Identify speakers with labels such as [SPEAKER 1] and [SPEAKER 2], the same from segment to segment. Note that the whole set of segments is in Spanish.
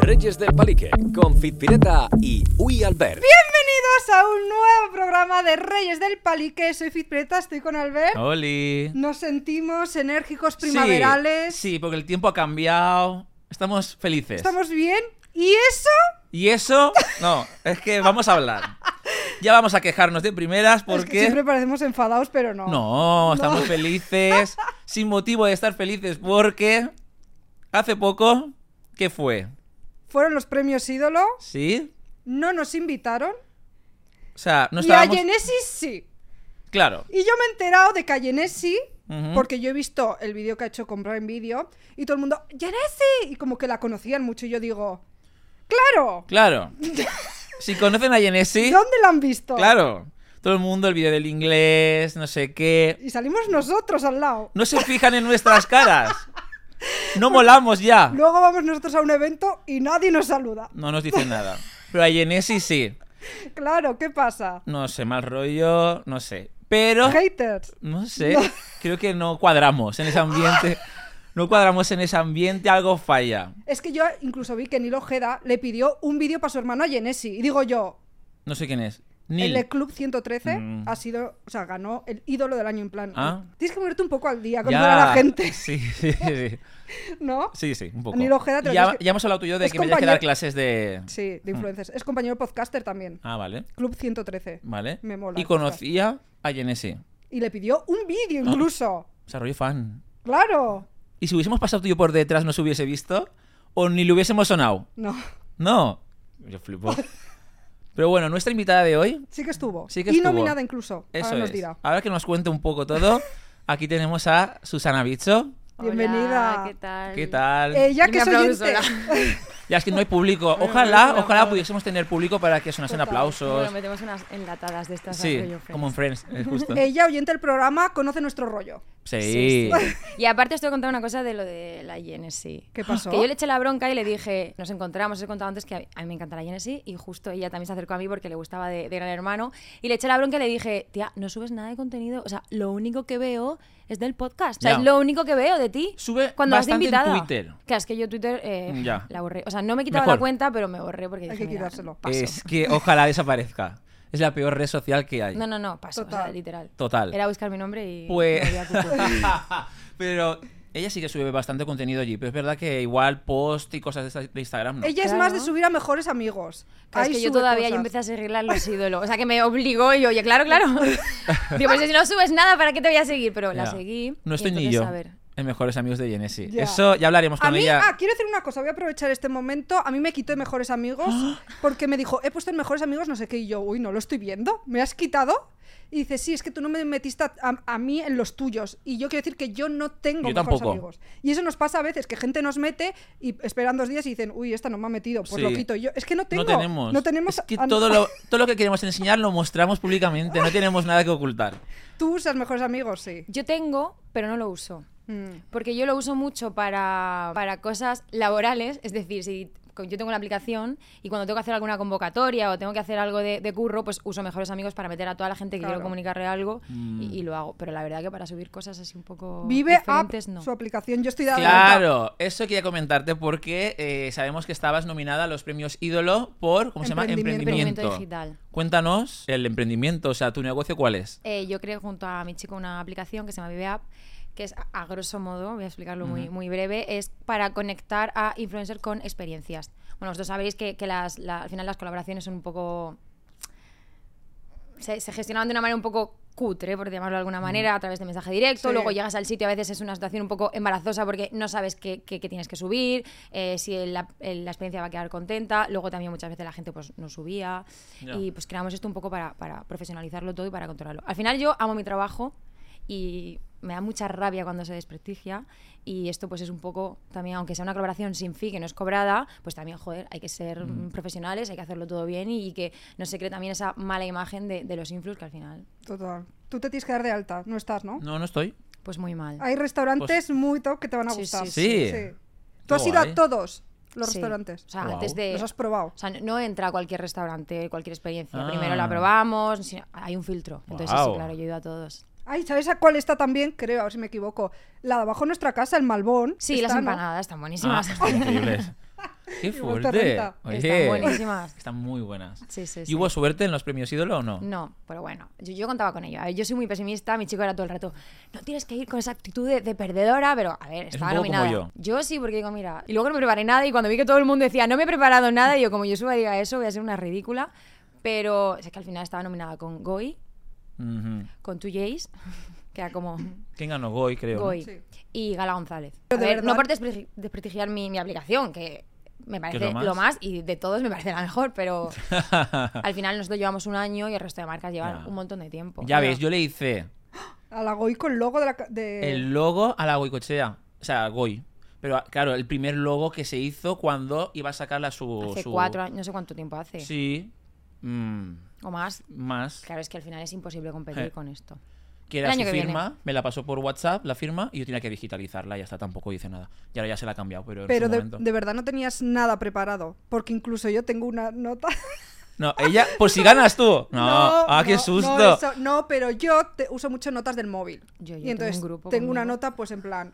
[SPEAKER 1] Reyes del Palique, con Fitpireta y Uy Albert.
[SPEAKER 2] Bienvenidos a un nuevo programa de Reyes del Palique. Soy Fitpireta, estoy con Albert.
[SPEAKER 3] ¡Oli!
[SPEAKER 2] Nos sentimos enérgicos primaverales.
[SPEAKER 3] Sí, sí, porque el tiempo ha cambiado. Estamos felices.
[SPEAKER 2] Estamos bien. ¿Y eso?
[SPEAKER 3] Y eso, no, es que vamos a hablar. Ya vamos a quejarnos de primeras porque...
[SPEAKER 2] Es que siempre parecemos enfadados, pero no.
[SPEAKER 3] No, estamos felices. sin motivo de estar felices porque... Hace poco, ¿qué fue?
[SPEAKER 2] Fueron los premios ídolo,
[SPEAKER 3] ¿Sí?
[SPEAKER 2] no nos invitaron.
[SPEAKER 3] O sea, no
[SPEAKER 2] y a
[SPEAKER 3] estábamos...
[SPEAKER 2] Genesis sí.
[SPEAKER 3] Claro.
[SPEAKER 2] Y yo me he enterado de que a Genesis sí,
[SPEAKER 3] Ujú.
[SPEAKER 2] porque yo he visto el vídeo que ha hecho comprar en vídeo y todo el mundo, ¡Genesis! Y como que la conocían mucho y yo digo, ¡Claro!
[SPEAKER 3] Claro. Si conocen a Genesi,
[SPEAKER 2] ¿Dónde la han visto?
[SPEAKER 3] claro. Todo el mundo, el vídeo del inglés, no sé qué.
[SPEAKER 2] Y salimos nosotros al lado.
[SPEAKER 3] No se fijan en nuestras caras. No molamos ya.
[SPEAKER 2] Luego vamos nosotros a un evento y nadie nos saluda.
[SPEAKER 3] No nos dicen nada. Pero a Genesi sí.
[SPEAKER 2] Claro, ¿qué pasa?
[SPEAKER 3] No sé, mal rollo, no sé. Pero,
[SPEAKER 2] Haters.
[SPEAKER 3] no sé, creo que no cuadramos en ese ambiente. No cuadramos en ese ambiente, algo falla.
[SPEAKER 2] Es que yo incluso vi que Nilo Ojeda le pidió un vídeo para su hermano a Genesi. Y digo yo,
[SPEAKER 3] No sé quién es.
[SPEAKER 2] el
[SPEAKER 3] Neil.
[SPEAKER 2] del Club 113
[SPEAKER 3] Mm.
[SPEAKER 2] ha sido, o sea, ganó el ídolo del año en plan.
[SPEAKER 3] Ah.
[SPEAKER 2] Tienes que ponerte un poco al día, conocer a la gente,
[SPEAKER 3] Sí, sí, sí.
[SPEAKER 2] ¿no?
[SPEAKER 3] Sí, sí, un poco.
[SPEAKER 2] Neil Ojeda te lo
[SPEAKER 3] ya,
[SPEAKER 2] tienes que-
[SPEAKER 3] ya hemos hablado tú y yo de
[SPEAKER 2] Es
[SPEAKER 3] que me tienes que dar
[SPEAKER 2] compañero-
[SPEAKER 3] clases de.
[SPEAKER 2] Sí, de influencers. Es compañero podcaster también.
[SPEAKER 3] Ah, vale.
[SPEAKER 2] Club 113.
[SPEAKER 3] Vale.
[SPEAKER 2] Me mola
[SPEAKER 3] y
[SPEAKER 2] el podcast.
[SPEAKER 3] conocía a Genesi.
[SPEAKER 2] Y le pidió un vídeo
[SPEAKER 3] Ah.
[SPEAKER 2] incluso.
[SPEAKER 3] O sea, rollo fan.
[SPEAKER 2] Claro.
[SPEAKER 3] ¿Y si hubiésemos pasado tú y yo por detrás no se hubiese visto? ¿O ni le hubiésemos sonado?
[SPEAKER 2] No.
[SPEAKER 3] No. Yo flipo. Pero bueno, nuestra invitada de hoy
[SPEAKER 2] Sí que estuvo.
[SPEAKER 3] Sí que
[SPEAKER 2] y
[SPEAKER 3] estuvo.
[SPEAKER 2] nominada incluso.
[SPEAKER 3] Eso
[SPEAKER 2] Ahora nos
[SPEAKER 3] es.
[SPEAKER 2] dirá.
[SPEAKER 3] Ahora que nos cuente un poco todo, aquí tenemos a Susana Bicho.
[SPEAKER 2] Bienvenida.
[SPEAKER 4] Hola, ¿qué tal?
[SPEAKER 3] ¿Qué tal?
[SPEAKER 2] Eh, ya
[SPEAKER 4] Yo
[SPEAKER 2] que
[SPEAKER 4] me
[SPEAKER 2] soy
[SPEAKER 4] aplaudo
[SPEAKER 2] oyente-
[SPEAKER 4] sola.
[SPEAKER 3] Ya es que no hay público. Ojalá, ojalá pudiésemos tener público para que sonasen
[SPEAKER 2] Total.
[SPEAKER 3] aplausos.
[SPEAKER 4] Bueno, metemos unas enlatadas de estas.
[SPEAKER 3] Sí,
[SPEAKER 4] rollo Friends.
[SPEAKER 3] como en Friends, eh, justo.
[SPEAKER 2] Ella, oyente del programa, conoce nuestro rollo.
[SPEAKER 3] Sí.
[SPEAKER 4] Sí, sí. Y aparte os tengo que contar una cosa de lo de la Genesis.
[SPEAKER 2] ¿Qué pasó?
[SPEAKER 4] Ah, Que yo le eché la bronca y le dije, nos encontramos, os he contado antes que a mí, a mí me encanta la Genesis y justo ella también se acercó a mí porque le gustaba de, de Gran Hermano y le eché la bronca y le dije, tía, no subes nada de contenido, o sea, lo único que veo es del podcast, o sea,
[SPEAKER 3] Ya.
[SPEAKER 4] es lo único que veo de ti.
[SPEAKER 3] Sube
[SPEAKER 4] cuando has
[SPEAKER 3] bastante en
[SPEAKER 4] invitado.
[SPEAKER 3] Twitter.
[SPEAKER 4] Claro, es que yo Twitter eh,
[SPEAKER 3] Ya.
[SPEAKER 4] la borré, o sea, no me quitaba
[SPEAKER 3] Mejor.
[SPEAKER 4] la cuenta, pero me borré porque
[SPEAKER 2] Hay
[SPEAKER 4] dije,
[SPEAKER 2] que
[SPEAKER 4] "Mira,
[SPEAKER 2] quitárselo.
[SPEAKER 4] paso".
[SPEAKER 3] Es que ojalá desaparezca. Es la peor red social que hay.
[SPEAKER 4] No, no, no, paso, o sea,
[SPEAKER 2] Total.
[SPEAKER 4] literal.
[SPEAKER 3] Total.
[SPEAKER 4] Era buscar mi nombre y...
[SPEAKER 3] Pues.
[SPEAKER 4] me volví a cucu.
[SPEAKER 3] pero ella sí que sube bastante contenido allí. Pero es verdad que igual post y cosas de esta- de Instagram no.
[SPEAKER 2] Ella es
[SPEAKER 4] Claro.
[SPEAKER 2] más de subir a mejores amigos.
[SPEAKER 4] Claro,
[SPEAKER 2] Ahí
[SPEAKER 4] es que yo
[SPEAKER 2] sube
[SPEAKER 4] todavía yo
[SPEAKER 2] cosas.
[SPEAKER 4] empecé a seguirla en los ídolos. O sea, que me obligó y yo, oye, claro, claro. Digo, pues si no subes nada, ¿para qué te voy a seguir? Pero la
[SPEAKER 3] Ya.
[SPEAKER 4] seguí.
[SPEAKER 3] No
[SPEAKER 4] y
[SPEAKER 3] estoy ni
[SPEAKER 4] entonces,
[SPEAKER 3] yo.
[SPEAKER 4] A ver.
[SPEAKER 3] En mejores amigos de Genesi.
[SPEAKER 2] Ya.
[SPEAKER 3] Eso ya hablaremos con
[SPEAKER 2] A mí,
[SPEAKER 3] ella.
[SPEAKER 2] ah, quiero decir una cosa, voy a aprovechar este momento. A mí me quitó de mejores amigos porque me dijo, he puesto en mejores amigos no sé qué, y yo, uy, no lo estoy viendo, me has quitado. Y dice, sí, es que tú no me metiste a, a mí en los tuyos. Y yo quiero decir que yo no tengo
[SPEAKER 3] Yo
[SPEAKER 2] mejores
[SPEAKER 3] tampoco.
[SPEAKER 2] amigos. Y eso nos pasa a veces, que gente nos mete y esperan dos días y dicen, uy, esta no me ha metido, pues
[SPEAKER 3] Sí.
[SPEAKER 2] lo quito. Y yo, es que no tengo.
[SPEAKER 3] no tenemos.
[SPEAKER 2] No tenemos
[SPEAKER 3] Es que
[SPEAKER 2] a-
[SPEAKER 3] todo lo, todo lo que queremos enseñar lo mostramos públicamente. No tenemos nada que ocultar.
[SPEAKER 2] Tú usas mejores amigos, sí.
[SPEAKER 4] Yo tengo, pero no lo uso.
[SPEAKER 2] Mm.
[SPEAKER 4] Porque yo lo uso mucho para, para cosas laborales, es decir, si co- yo tengo la aplicación y cuando tengo que hacer alguna convocatoria o tengo que hacer algo de, de curro, pues uso mejores amigos para meter a toda la gente que
[SPEAKER 2] Claro.
[SPEAKER 4] quiero comunicarle algo y, y
[SPEAKER 3] Mm.
[SPEAKER 4] lo hago. Pero la verdad que para subir cosas así un poco
[SPEAKER 2] Vive App,
[SPEAKER 4] diferentes, no.
[SPEAKER 2] su aplicación. Yo estoy de adelantada.
[SPEAKER 3] Claro, eso quería comentarte porque eh, sabemos que estabas nominada a los premios Ídolo por, ¿cómo se llama?
[SPEAKER 2] Emprendimiento.
[SPEAKER 3] Emprendimiento.
[SPEAKER 4] Emprendimiento digital.
[SPEAKER 3] Cuéntanos el emprendimiento, o sea, tu negocio, ¿cuál es?
[SPEAKER 4] Eh, yo creé junto a mi chico una aplicación que se llama Vive App, que es a- a grosso modo, voy a explicarlo muy, muy breve, es para conectar a influencers con experiencias. Bueno, vosotros sabéis que, que las, la- al final las colaboraciones son un poco... Se, se gestionaban de una manera un poco cutre, por llamarlo de alguna manera, a través de mensaje directo,
[SPEAKER 2] Sí.
[SPEAKER 4] luego llegas al sitio, a veces es una situación un poco embarazosa porque no sabes qué, qué- qué tienes que subir, eh, si el- la, el- la experiencia va a quedar contenta, luego también muchas veces la gente pues no subía
[SPEAKER 3] Ya.
[SPEAKER 4] y pues creamos esto un poco para, para profesionalizarlo todo y para controlarlo. Al final yo amo mi trabajo y me da mucha rabia cuando se desprestigia y esto pues es un poco también, aunque sea una colaboración sin fin, que no es cobrada, pues también, joder, hay que ser mm, profesionales, hay que hacerlo todo bien y, y que no se cree también esa mala imagen de, de los influx que al final,
[SPEAKER 2] Total. Tú te tienes que dar de alta, no estás, ¿no?
[SPEAKER 3] No, no estoy.
[SPEAKER 4] pues muy mal.
[SPEAKER 2] Hay restaurantes muy top que te van a
[SPEAKER 4] Pues Sí,
[SPEAKER 2] gustar.
[SPEAKER 4] sí,
[SPEAKER 3] Sí. sí.
[SPEAKER 2] Tú has ido
[SPEAKER 3] Guay.
[SPEAKER 2] a todos los
[SPEAKER 4] Sí.
[SPEAKER 2] restaurantes.
[SPEAKER 4] O sea,
[SPEAKER 3] Guau.
[SPEAKER 4] antes de...
[SPEAKER 2] los has probado.
[SPEAKER 4] O sea, no entra a cualquier restaurante, cualquier experiencia.
[SPEAKER 3] Ah.
[SPEAKER 4] Primero la probamos, si- hay un filtro. Entonces, sí,
[SPEAKER 3] Guau.
[SPEAKER 4] sí, claro, yo he ido a todos.
[SPEAKER 2] Ay, ¿sabes a cuál está también? Creo, a ver si me equivoco. La de abajo de nuestra casa, el Malbón.
[SPEAKER 4] Sí,
[SPEAKER 2] está,
[SPEAKER 4] las
[SPEAKER 2] ¿no?
[SPEAKER 4] empanadas están
[SPEAKER 3] Ah,
[SPEAKER 4] buenísimas.
[SPEAKER 3] están increíbles. ¡Qué
[SPEAKER 2] Y vuelta
[SPEAKER 3] fuerte!
[SPEAKER 2] renta.
[SPEAKER 3] Oye,
[SPEAKER 4] Están buenísimas.
[SPEAKER 3] Están muy buenas.
[SPEAKER 4] Sí, sí,
[SPEAKER 3] ¿Y
[SPEAKER 4] sí.
[SPEAKER 3] hubo suerte en los premios ídolo o no?
[SPEAKER 4] No, pero bueno, yo, yo contaba con ello. A ver, yo soy muy pesimista, mi chico era todo el rato, no tienes que ir con esa actitud de, de perdedora, pero a ver,
[SPEAKER 3] un
[SPEAKER 4] estaba
[SPEAKER 3] poco como
[SPEAKER 4] nominada.
[SPEAKER 3] yo.
[SPEAKER 4] sí, porque digo, mira, y luego no me preparé nada y cuando vi que todo el mundo decía, no me he preparado nada, y yo como yo suba y diga eso, voy a ser una ridícula, pero es que al final estaba nominada con Goi,
[SPEAKER 3] Ujú.
[SPEAKER 4] con Two Jays, que era como
[SPEAKER 3] ¿Quién ganó? Goy, creo. ¿no?
[SPEAKER 4] Goi,
[SPEAKER 2] Sí.
[SPEAKER 4] y Gala González.
[SPEAKER 2] Pero
[SPEAKER 4] A
[SPEAKER 2] de
[SPEAKER 4] ver,
[SPEAKER 2] verdad-
[SPEAKER 4] no por despre- desprestigiar mi, mi aplicación, que me parece
[SPEAKER 3] lo más?
[SPEAKER 4] lo más y de todos me parece la mejor, pero al final nosotros llevamos un año y el resto de marcas llevan
[SPEAKER 3] Ya.
[SPEAKER 4] un montón de tiempo.
[SPEAKER 3] ya ves, yo le hice
[SPEAKER 2] A la Goy con logo de la. ca- de-
[SPEAKER 3] el logo a la Goicochea. O sea, Goy. Pero claro, el primer logo que se hizo cuando iba a sacarla su.
[SPEAKER 4] Hace
[SPEAKER 3] su-
[SPEAKER 4] cuatro años, no sé cuánto tiempo hace.
[SPEAKER 3] Sí. Mm,
[SPEAKER 4] O más.
[SPEAKER 3] más.
[SPEAKER 4] Claro, es que al final es imposible competir
[SPEAKER 3] Eh.
[SPEAKER 4] con esto.
[SPEAKER 3] que era
[SPEAKER 4] El año
[SPEAKER 3] su
[SPEAKER 4] que
[SPEAKER 3] firma, me la pasó por WhatsApp, la firma, y yo tenía que digitalizarla, y ya está, tampoco hice nada. Y ahora ya se la ha cambiado, pero, en
[SPEAKER 2] Pero
[SPEAKER 3] su
[SPEAKER 2] de,
[SPEAKER 3] momento.
[SPEAKER 2] de verdad no tenías nada preparado. Porque incluso yo tengo una nota.
[SPEAKER 3] No, ella, pues si ganas tú. No, ah, qué
[SPEAKER 2] no,
[SPEAKER 3] susto.
[SPEAKER 2] No, eso- no, pero yo te- uso mucho notas del móvil.
[SPEAKER 4] Yo- yo
[SPEAKER 2] y
[SPEAKER 4] tengo
[SPEAKER 2] entonces
[SPEAKER 4] un grupo
[SPEAKER 2] una
[SPEAKER 4] conmigo.
[SPEAKER 2] nota, pues en plan,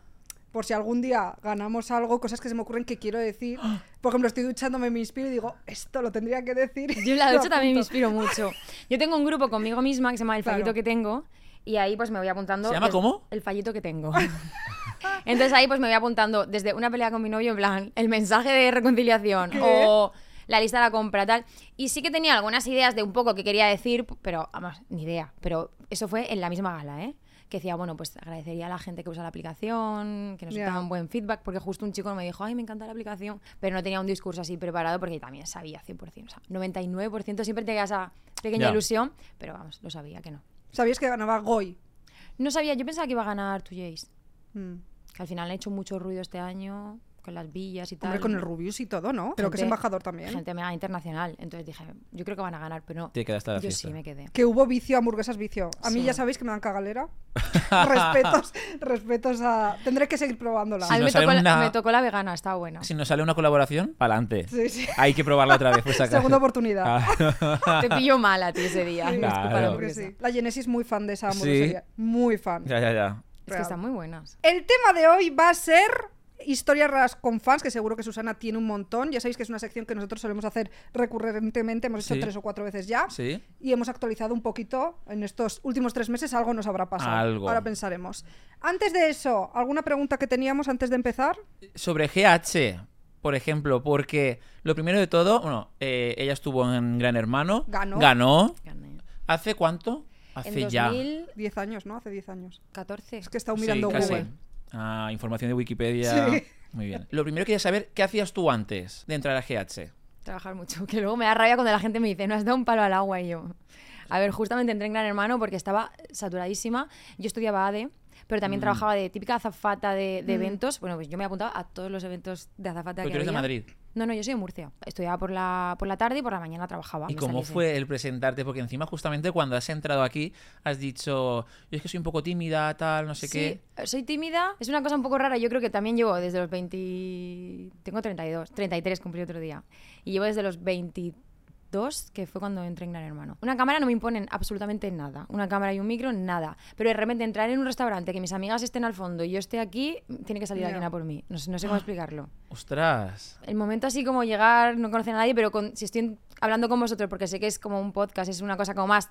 [SPEAKER 2] por si algún día ganamos algo, cosas que se me ocurren que quiero decir.
[SPEAKER 3] Ah.
[SPEAKER 2] Por ejemplo, estoy duchándome, me inspiro y digo, esto lo tendría que decir.
[SPEAKER 4] Yo en la
[SPEAKER 2] Lo
[SPEAKER 4] ducha también me
[SPEAKER 2] apunto.
[SPEAKER 4] inspiro mucho. Yo tengo un grupo conmigo misma que se llama El
[SPEAKER 2] Claro.
[SPEAKER 4] Fallito que tengo. Y ahí pues me voy apuntando.
[SPEAKER 3] ¿Se llama
[SPEAKER 4] el-
[SPEAKER 3] cómo?
[SPEAKER 4] El fallito que tengo. Entonces ahí pues me voy apuntando desde una pelea con mi novio, en plan, el mensaje de reconciliación o la lista de la compra, tal. Y sí que tenía algunas ideas de un poco que quería decir, pero además, ni idea. Pero eso fue en la misma gala, ¿eh? Que decía, bueno, pues agradecería a la gente que usa la aplicación, que nos
[SPEAKER 2] Ya.
[SPEAKER 4] daban buen feedback, porque justo un chico me dijo, ay, me encanta la aplicación, pero no tenía un discurso así preparado porque también sabía 100%, o sea, 99% siempre te queda esa pequeña
[SPEAKER 3] Ya.
[SPEAKER 4] ilusión, pero vamos, lo sabía que no.
[SPEAKER 2] Sabías que ganaba Goy.
[SPEAKER 4] No sabía, yo pensaba que iba a ganar tu Jace.
[SPEAKER 2] Mm.
[SPEAKER 4] Que al final han hecho mucho ruido este año con las villas y tal.
[SPEAKER 2] Hombre, con el Rubius y todo, ¿no? Pero que es
[SPEAKER 4] Gente-
[SPEAKER 2] embajador también.
[SPEAKER 4] Gente mega internacional. Entonces dije, yo creo que van a ganar, pero no.
[SPEAKER 3] Te quedaste a la
[SPEAKER 4] Yo
[SPEAKER 3] fiesta.
[SPEAKER 4] sí me quedé.
[SPEAKER 2] Que hubo vicio, hamburguesas vicio. A mí
[SPEAKER 4] Sí.
[SPEAKER 2] ya sabéis que me dan cagalera. respetos, respetos a. Tendré que seguir probándola.
[SPEAKER 4] a mí
[SPEAKER 3] nos
[SPEAKER 4] me
[SPEAKER 3] sale
[SPEAKER 4] tocó, la-
[SPEAKER 3] una-
[SPEAKER 4] me tocó la vegana, está buena.
[SPEAKER 3] Si nos sale una colaboración, pa'lante.
[SPEAKER 2] Sí, sí.
[SPEAKER 3] Hay que probarla otra vez. Pues, sacar-
[SPEAKER 2] Segunda oportunidad.
[SPEAKER 3] Ah,
[SPEAKER 4] Te pillo mal a ti ese día.
[SPEAKER 2] Sí,
[SPEAKER 3] Claro.
[SPEAKER 4] Disculpa la
[SPEAKER 2] Creo que
[SPEAKER 4] hamburguesa.
[SPEAKER 2] sí. La Genesis muy fan de esa hamburguesería.
[SPEAKER 3] Sí.
[SPEAKER 2] Muy fan.
[SPEAKER 3] ya, ya, ya.
[SPEAKER 4] Es que están muy buenas.
[SPEAKER 2] El tema de hoy va a ser historias raras con fans, que seguro que Susana tiene un montón. Ya sabéis que es una sección que nosotros solemos hacer recurrentemente, hemos hecho
[SPEAKER 3] Sí.
[SPEAKER 2] tres o cuatro veces ya.
[SPEAKER 3] Sí.
[SPEAKER 2] Y hemos actualizado un poquito en estos últimos tres meses, algo nos habrá pasado.
[SPEAKER 3] Algo.
[SPEAKER 2] Ahora pensaremos. Antes de eso, ¿alguna pregunta que teníamos antes de empezar?
[SPEAKER 3] Sobre GH, por ejemplo, porque lo primero de todo, bueno, eh, ella estuvo en Gran Hermano.
[SPEAKER 2] Ganó.
[SPEAKER 3] Ganó.
[SPEAKER 4] Gané.
[SPEAKER 3] ¿Hace cuánto? Hace
[SPEAKER 4] en
[SPEAKER 3] ya.
[SPEAKER 4] 2014.
[SPEAKER 2] Diez años, ¿no? Hace diez años. Es que he estado
[SPEAKER 3] Sí,
[SPEAKER 2] mirando
[SPEAKER 3] casi.
[SPEAKER 2] Google.
[SPEAKER 3] Ah, información de Wikipedia.
[SPEAKER 2] Sí.
[SPEAKER 3] Muy bien. Lo primero quería saber, ¿qué hacías tú antes de entrar a GH?
[SPEAKER 4] Trabajar mucho. Que luego me da rabia cuando la gente me dice, no has dado un palo al agua. Y yo, a ver, justamente entré en Gran Hermano porque estaba saturadísima. Yo estudiaba ADE, pero
[SPEAKER 3] Mm.
[SPEAKER 4] también trabajaba de típica azafata de, de eventos. Bueno, pues yo me apuntaba a todos los eventos de azafata
[SPEAKER 3] Pero
[SPEAKER 4] que
[SPEAKER 3] tú eres de
[SPEAKER 4] había.
[SPEAKER 3] Madrid.
[SPEAKER 4] No, no, yo soy de Murcia. Estudiaba por la, por la tarde y por la mañana trabajaba.
[SPEAKER 3] ¿Y
[SPEAKER 4] me
[SPEAKER 3] cómo
[SPEAKER 4] saliese.
[SPEAKER 3] fue el presentarte? Porque encima justamente cuando has entrado aquí has dicho, yo es que soy un poco tímida, tal, no sé qué.
[SPEAKER 4] Sí, soy tímida. Es una cosa un poco rara. Yo creo que también llevo desde los 20... Tengo 32, 33 cumplí otro día. Y llevo desde los 22, que fue cuando entré en Gran Hermano. Una cámara no me imponen absolutamente nada. Una cámara y un micro, nada. Pero de repente entrar en un restaurante, que mis amigas estén al fondo y yo esté aquí, tiene que salir
[SPEAKER 2] Ya.
[SPEAKER 4] alguien a por mí. No sé, no sé cómo explicarlo.
[SPEAKER 3] Ostras.
[SPEAKER 4] El momento así como llegar, no conocer a nadie, pero con- si estoy hablando con vosotros, porque sé que es como un podcast, es una cosa como más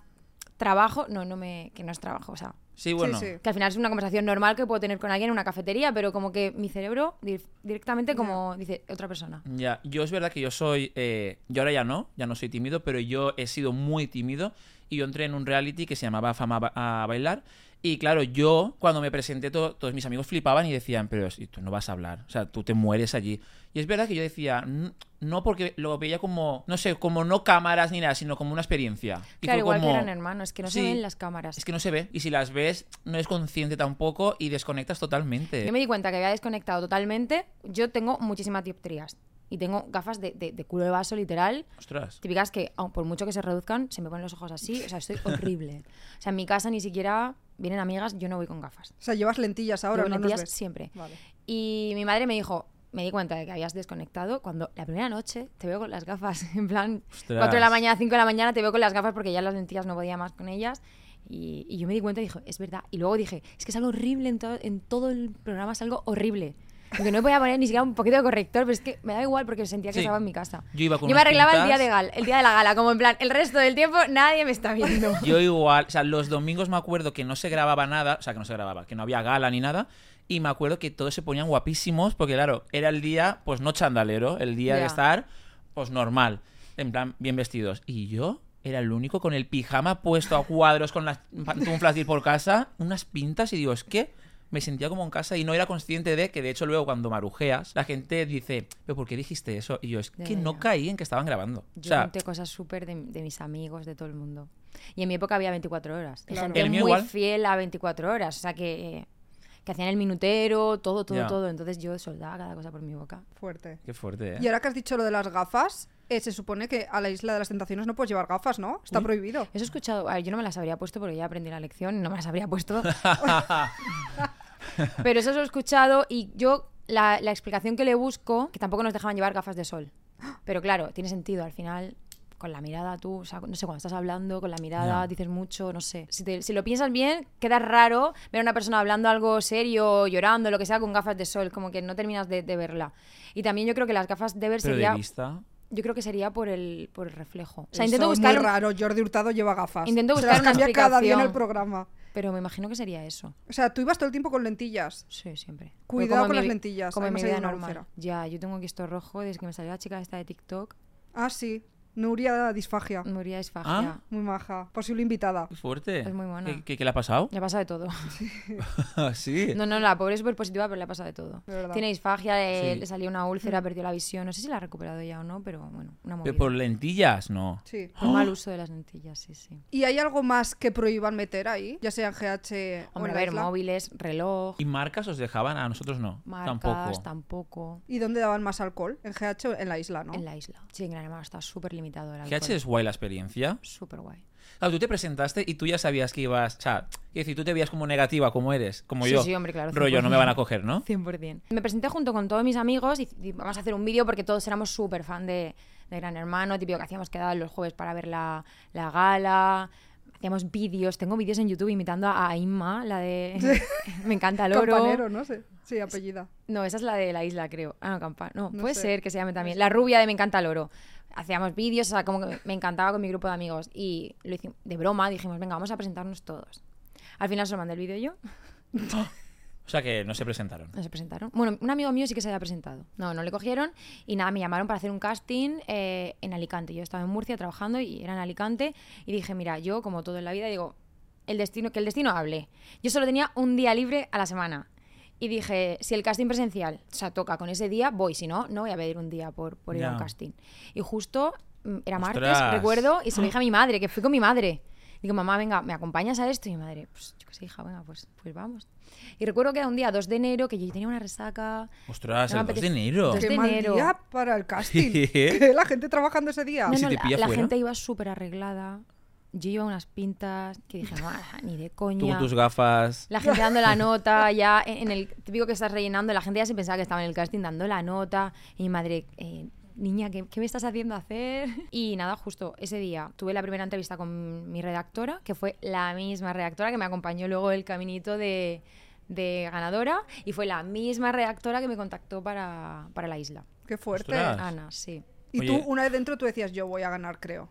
[SPEAKER 4] trabajo, no, no me... que no es trabajo, o sea...
[SPEAKER 3] Sí, bueno.
[SPEAKER 2] sí.
[SPEAKER 4] Que al final es una conversación normal que puedo tener con alguien en una cafetería, pero como que mi cerebro dir- directamente como dice otra persona.
[SPEAKER 3] Ya, yo es verdad que yo soy, eh, yo ahora ya no, ya no soy tímido, pero yo he sido muy tímido y yo entré en un reality que se llamaba Fama Ba- a Bailar y claro, yo cuando me presenté to- todos mis amigos flipaban y decían, pero si tú no vas a hablar, o sea, tú te mueres allí. Y es verdad que yo decía, "N- no porque lo veía como, no sé, como no cámaras ni nada, sino como una experiencia. Y fue
[SPEAKER 4] claro, igual
[SPEAKER 3] como-
[SPEAKER 4] que eran hermanos, que no
[SPEAKER 3] Sí.
[SPEAKER 4] se ven las cámaras.
[SPEAKER 3] Es que no se ve. Y si las ves, no es consciente tampoco y desconectas totalmente.
[SPEAKER 4] Yo me di cuenta que había desconectado totalmente. Yo tengo muchísimas dioptrías y tengo gafas de, de- de culo de vaso literal.
[SPEAKER 3] Ostras.
[SPEAKER 4] Típicas que, aun por mucho que se reduzcan, se me ponen los ojos así. O sea, estoy horrible. O sea, en mi casa ni siquiera vienen amigas, yo no voy con gafas.
[SPEAKER 2] O sea, llevas lentillas ahora,
[SPEAKER 4] Llevo
[SPEAKER 2] no nos
[SPEAKER 4] lentillas
[SPEAKER 2] ves.
[SPEAKER 4] siempre.
[SPEAKER 2] Vale.
[SPEAKER 4] Y mi madre me dijo, me di cuenta de que habías desconectado cuando la primera noche te veo con las gafas, en plan,
[SPEAKER 3] Ostras.
[SPEAKER 4] 4 de la mañana, 5 de la mañana, te veo con las gafas porque ya las lentillas no podía más con ellas. Y, y yo me di cuenta y dije, es verdad. Y luego dije, es que es algo horrible en, todo en todo el programa, es algo horrible. Aunque no me podía poner ni siquiera un poquito de corrector, pero es que me da igual porque sentía
[SPEAKER 3] Sí.
[SPEAKER 4] que estaba en mi casa.
[SPEAKER 3] Yo iba con
[SPEAKER 4] me
[SPEAKER 3] unas
[SPEAKER 4] arreglaba el día,
[SPEAKER 3] pintas.
[SPEAKER 4] de gala, el día de la gala, como en plan, el resto del tiempo nadie me está viendo.
[SPEAKER 3] Yo igual, o sea, los domingos me acuerdo que no se grababa nada, o sea, que no se grababa, que no había gala ni nada, y me acuerdo que todos se ponían guapísimos, porque claro, era el día, pues no chandalero, el día de
[SPEAKER 4] Ya.
[SPEAKER 3] estar, pues normal, en plan, bien vestidos. Y yo era el único con el pijama puesto a cuadros, con las pantuflas de ir por casa, unas pintas, y digo, es que me sentía como en casa y no era consciente de que, de hecho, luego cuando marujeas, la gente dice, ¿pero por qué dijiste eso? Y yo, es
[SPEAKER 4] Ya,
[SPEAKER 3] que
[SPEAKER 4] ya,
[SPEAKER 3] no
[SPEAKER 4] ya.
[SPEAKER 3] caí en que estaban grabando.
[SPEAKER 4] Yo
[SPEAKER 3] o sea,
[SPEAKER 4] conté cosas súper de, de mis amigos, de todo el mundo. Y en mi época había 24 horas. Hay
[SPEAKER 2] Claro.
[SPEAKER 4] gente
[SPEAKER 3] El
[SPEAKER 4] muy
[SPEAKER 3] mío igual.
[SPEAKER 4] fiel a 24 horas. O sea, que, eh, que hacían el minutero, todo, todo,
[SPEAKER 3] Ya.
[SPEAKER 4] todo. Entonces yo soltaba cada cosa por mi boca.
[SPEAKER 2] Fuerte.
[SPEAKER 3] qué fuerte, ¿eh?
[SPEAKER 2] Y ahora que has dicho lo de las gafas, eh, se supone que a la isla de las tentaciones no puedes llevar gafas, ¿no? Está prohibido.
[SPEAKER 4] Eso he escuchado. a ver, yo no me las habría puesto porque ya aprendí la lección y no me las habría puesto. Pero eso lo he escuchado y yo la, la explicación que le busco, que tampoco nos dejaban llevar gafas de sol. Pero claro, tiene sentido. Al final, con la mirada tú, o sea, no sé, cuando estás hablando, con la mirada
[SPEAKER 3] Ya.
[SPEAKER 4] dices mucho, no sé. Si, te- si lo piensas bien, queda raro ver a una persona hablando algo serio, llorando, lo que sea, con gafas de sol. Como que no terminas de, de verla. Y también yo creo que las gafas de ver
[SPEAKER 3] Pero de
[SPEAKER 4] sería...
[SPEAKER 3] vista...
[SPEAKER 4] Yo creo que sería por el, por el reflejo. O sea,
[SPEAKER 2] Eso
[SPEAKER 4] intento
[SPEAKER 2] es
[SPEAKER 4] buscar
[SPEAKER 2] muy
[SPEAKER 4] un-
[SPEAKER 2] raro, Jordi Hurtado lleva gafas.
[SPEAKER 4] Intento
[SPEAKER 2] Se
[SPEAKER 4] buscar
[SPEAKER 2] las
[SPEAKER 4] una
[SPEAKER 2] cambia cada día en el
[SPEAKER 4] explicación.
[SPEAKER 2] programa.
[SPEAKER 4] Pero me imagino que sería eso.
[SPEAKER 2] O sea, tú ibas todo el tiempo con lentillas.
[SPEAKER 4] Sí, siempre. Pero
[SPEAKER 2] Cuidado
[SPEAKER 4] como en
[SPEAKER 2] con
[SPEAKER 4] mi
[SPEAKER 2] las
[SPEAKER 4] vi-
[SPEAKER 2] lentillas,
[SPEAKER 4] Como
[SPEAKER 2] ahí
[SPEAKER 4] en
[SPEAKER 2] me
[SPEAKER 4] mi
[SPEAKER 2] ha salido
[SPEAKER 4] vida
[SPEAKER 2] una
[SPEAKER 4] normal.
[SPEAKER 2] úlcera.
[SPEAKER 4] Ya, yo tengo aquí esto rojo desde que me salió la chica esta de TikTok.
[SPEAKER 2] Ah, sí. Nuria Disfagia.
[SPEAKER 4] Moría
[SPEAKER 3] ¿Ah?
[SPEAKER 4] disfagia.
[SPEAKER 2] Muy maja. Posible invitada.
[SPEAKER 3] Qué fuerte.
[SPEAKER 4] Es muy buena.
[SPEAKER 3] ¿Qué, qué- qué le ha pasado?
[SPEAKER 4] Le ha pasado de todo.
[SPEAKER 3] sí.
[SPEAKER 4] No, no, la pobre es súper positiva, pero le ha pasado de todo.
[SPEAKER 2] De verdad. Mm.
[SPEAKER 4] Tiene disfagia, le,
[SPEAKER 3] Sí.
[SPEAKER 4] le salió una úlcera, perdió la visión. No sé si la ha recuperado ya o no, pero bueno, una movida.
[SPEAKER 3] Pero por lentillas, no.
[SPEAKER 2] Sí.
[SPEAKER 4] Por
[SPEAKER 3] ¡Ah!
[SPEAKER 4] mal uso de las lentillas, sí, sí.
[SPEAKER 2] ¿Y hay algo más que prohíban meter ahí? Ya sea en GH o
[SPEAKER 4] Hombre,
[SPEAKER 2] en la
[SPEAKER 4] a ver,
[SPEAKER 2] isla.
[SPEAKER 4] móviles, reloj,
[SPEAKER 3] ¿Y marcas os dejaban? A nosotros no.
[SPEAKER 4] marcas,
[SPEAKER 3] Tampoco.
[SPEAKER 4] tampoco.
[SPEAKER 2] ¿Y dónde daban más alcohol? ¿En GH o en la isla, no?
[SPEAKER 4] En la isla. Sí, en Gran Hermano está súper limitado el
[SPEAKER 3] GH es guay la experiencia.
[SPEAKER 4] Súper guay.
[SPEAKER 3] Claro, tú te presentaste y tú ya sabías que ibas. O sea, quiero decir, tú te veías como negativa, como eres, como
[SPEAKER 4] Sí,
[SPEAKER 3] yo.
[SPEAKER 4] sí, hombre, claro,
[SPEAKER 3] Rollo, no me
[SPEAKER 4] 100%.
[SPEAKER 3] van a coger, ¿no?
[SPEAKER 4] 100%. Me presenté junto con todos mis amigos y, y vamos a hacer un vídeo porque todos éramos súper fan de, de Gran Hermano, típico que hacíamos quedadas los jueves para ver la, la gala. Hacíamos vídeos, tengo vídeos en YouTube imitando a, a Inma, la de Me encanta el oro.
[SPEAKER 2] Campanero, no sé. Sí, apellida.
[SPEAKER 4] No, esa es la de la isla, creo. Ah, no, Campa- No,
[SPEAKER 2] No
[SPEAKER 4] puede
[SPEAKER 2] sé.
[SPEAKER 4] ser que se llame también. La rubia de Me encanta el oro. Hacíamos vídeos, o sea, como que me encantaba con mi grupo de amigos. Y lo hicimos de broma, dijimos, venga, vamos a presentarnos todos. Al final solo mandé el vídeo yo.
[SPEAKER 3] O sea que no se presentaron.
[SPEAKER 4] No se presentaron. Bueno, un amigo mío sí que se había presentado. No, no le cogieron y nada, me llamaron para hacer un casting eh, en Alicante. Yo estaba en Murcia trabajando y era en Alicante y dije, mira, yo como todo en la vida digo, el destino, que el destino hable. Yo solo tenía un día libre a la semana. Y dije, si el casting presencial, o sea, toca con ese día, voy, si no, no voy a pedir un día por, por ir a un
[SPEAKER 3] Ya.
[SPEAKER 4] casting. Y justo mm, era martes,
[SPEAKER 3] Ostras.
[SPEAKER 4] recuerdo, y se lo dije a mi madre, que fui con mi madre. Digo, mamá, venga, ¿me acompañas a esto? Y mi madre, pues yo qué sé, hija, venga, pues, pues vamos. Y recuerdo que era un día 2 de enero que yo tenía una resaca.
[SPEAKER 3] Ostras,
[SPEAKER 4] No
[SPEAKER 3] el
[SPEAKER 4] me
[SPEAKER 3] 2 de
[SPEAKER 4] apetece-
[SPEAKER 3] enero.
[SPEAKER 4] Dos-
[SPEAKER 2] Qué
[SPEAKER 4] de
[SPEAKER 2] mal
[SPEAKER 4] enero.
[SPEAKER 2] día para el casting.
[SPEAKER 3] Sí.
[SPEAKER 2] ¿Qué? La gente trabajando ese día.
[SPEAKER 4] ¿Eh? No,
[SPEAKER 3] si
[SPEAKER 4] no,
[SPEAKER 3] te
[SPEAKER 4] la,
[SPEAKER 3] pilla
[SPEAKER 4] la
[SPEAKER 3] fuera?
[SPEAKER 4] gente iba súper arreglada. Yo llevaba unas pintas que dije, no, ni de
[SPEAKER 3] Tú con
[SPEAKER 4] coña.
[SPEAKER 3] tus gafas.
[SPEAKER 4] La gente dando la nota, ya en en el típico que estás rellenando, la gente ya se pensaba que estaba en el casting dando la nota. Y mi madre, eh, niña, ¿qué, qué me estás haciendo hacer? Y nada, justo ese día tuve la primera entrevista con mi redactora, que fue la misma redactora que me acompañó luego el caminito de, de ganadora, y fue la misma redactora que me contactó para, para la isla.
[SPEAKER 2] Qué fuerte.
[SPEAKER 3] Ostras.
[SPEAKER 4] Ana, sí.
[SPEAKER 2] Y
[SPEAKER 3] Oye.
[SPEAKER 2] tú, una vez dentro, tú decías, yo voy a ganar, creo.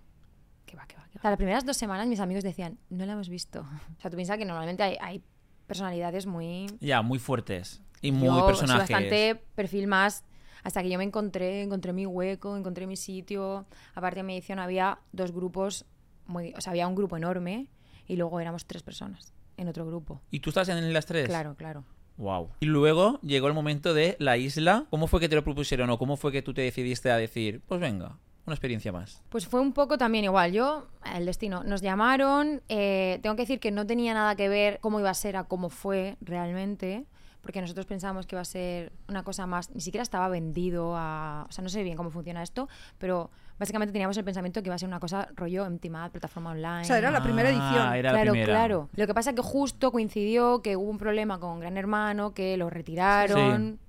[SPEAKER 4] Que va, que va, que va. O sea, las primeras dos semanas mis amigos decían, no la hemos visto. O sea, tú piensas que normalmente hay, hay personalidades muy...
[SPEAKER 3] Ya, muy fuertes. Y muy
[SPEAKER 4] yo soy
[SPEAKER 3] personajes.
[SPEAKER 4] bastante perfil más hasta que yo me encontré, encontré mi hueco, encontré mi sitio. Aparte de mi edición había dos grupos, muy, o sea, había un grupo enorme y luego éramos tres personas en otro grupo.
[SPEAKER 3] ¿Y tú estás en las tres?
[SPEAKER 4] Claro, claro.
[SPEAKER 3] Wow. Y luego llegó el momento de la isla. ¿Cómo fue que te lo propusieron o cómo fue que tú te decidiste a decir, pues venga, una experiencia más?
[SPEAKER 4] Pues fue un poco también igual, yo, el destino, nos llamaron, eh, tengo que decir que no tenía nada que ver cómo iba a ser a cómo fue realmente, porque nosotros pensábamos que iba a ser una cosa más, ni siquiera estaba vendido a, o sea, no sé bien cómo funciona esto, pero básicamente teníamos el pensamiento que iba a ser una cosa rollo empty Mad, plataforma online.
[SPEAKER 2] O sea, era la primera edición.
[SPEAKER 3] Ah, era la
[SPEAKER 4] claro,
[SPEAKER 3] primera.
[SPEAKER 4] claro. Lo que pasa es que justo coincidió que hubo un problema con Gran Hermano, que lo retiraron.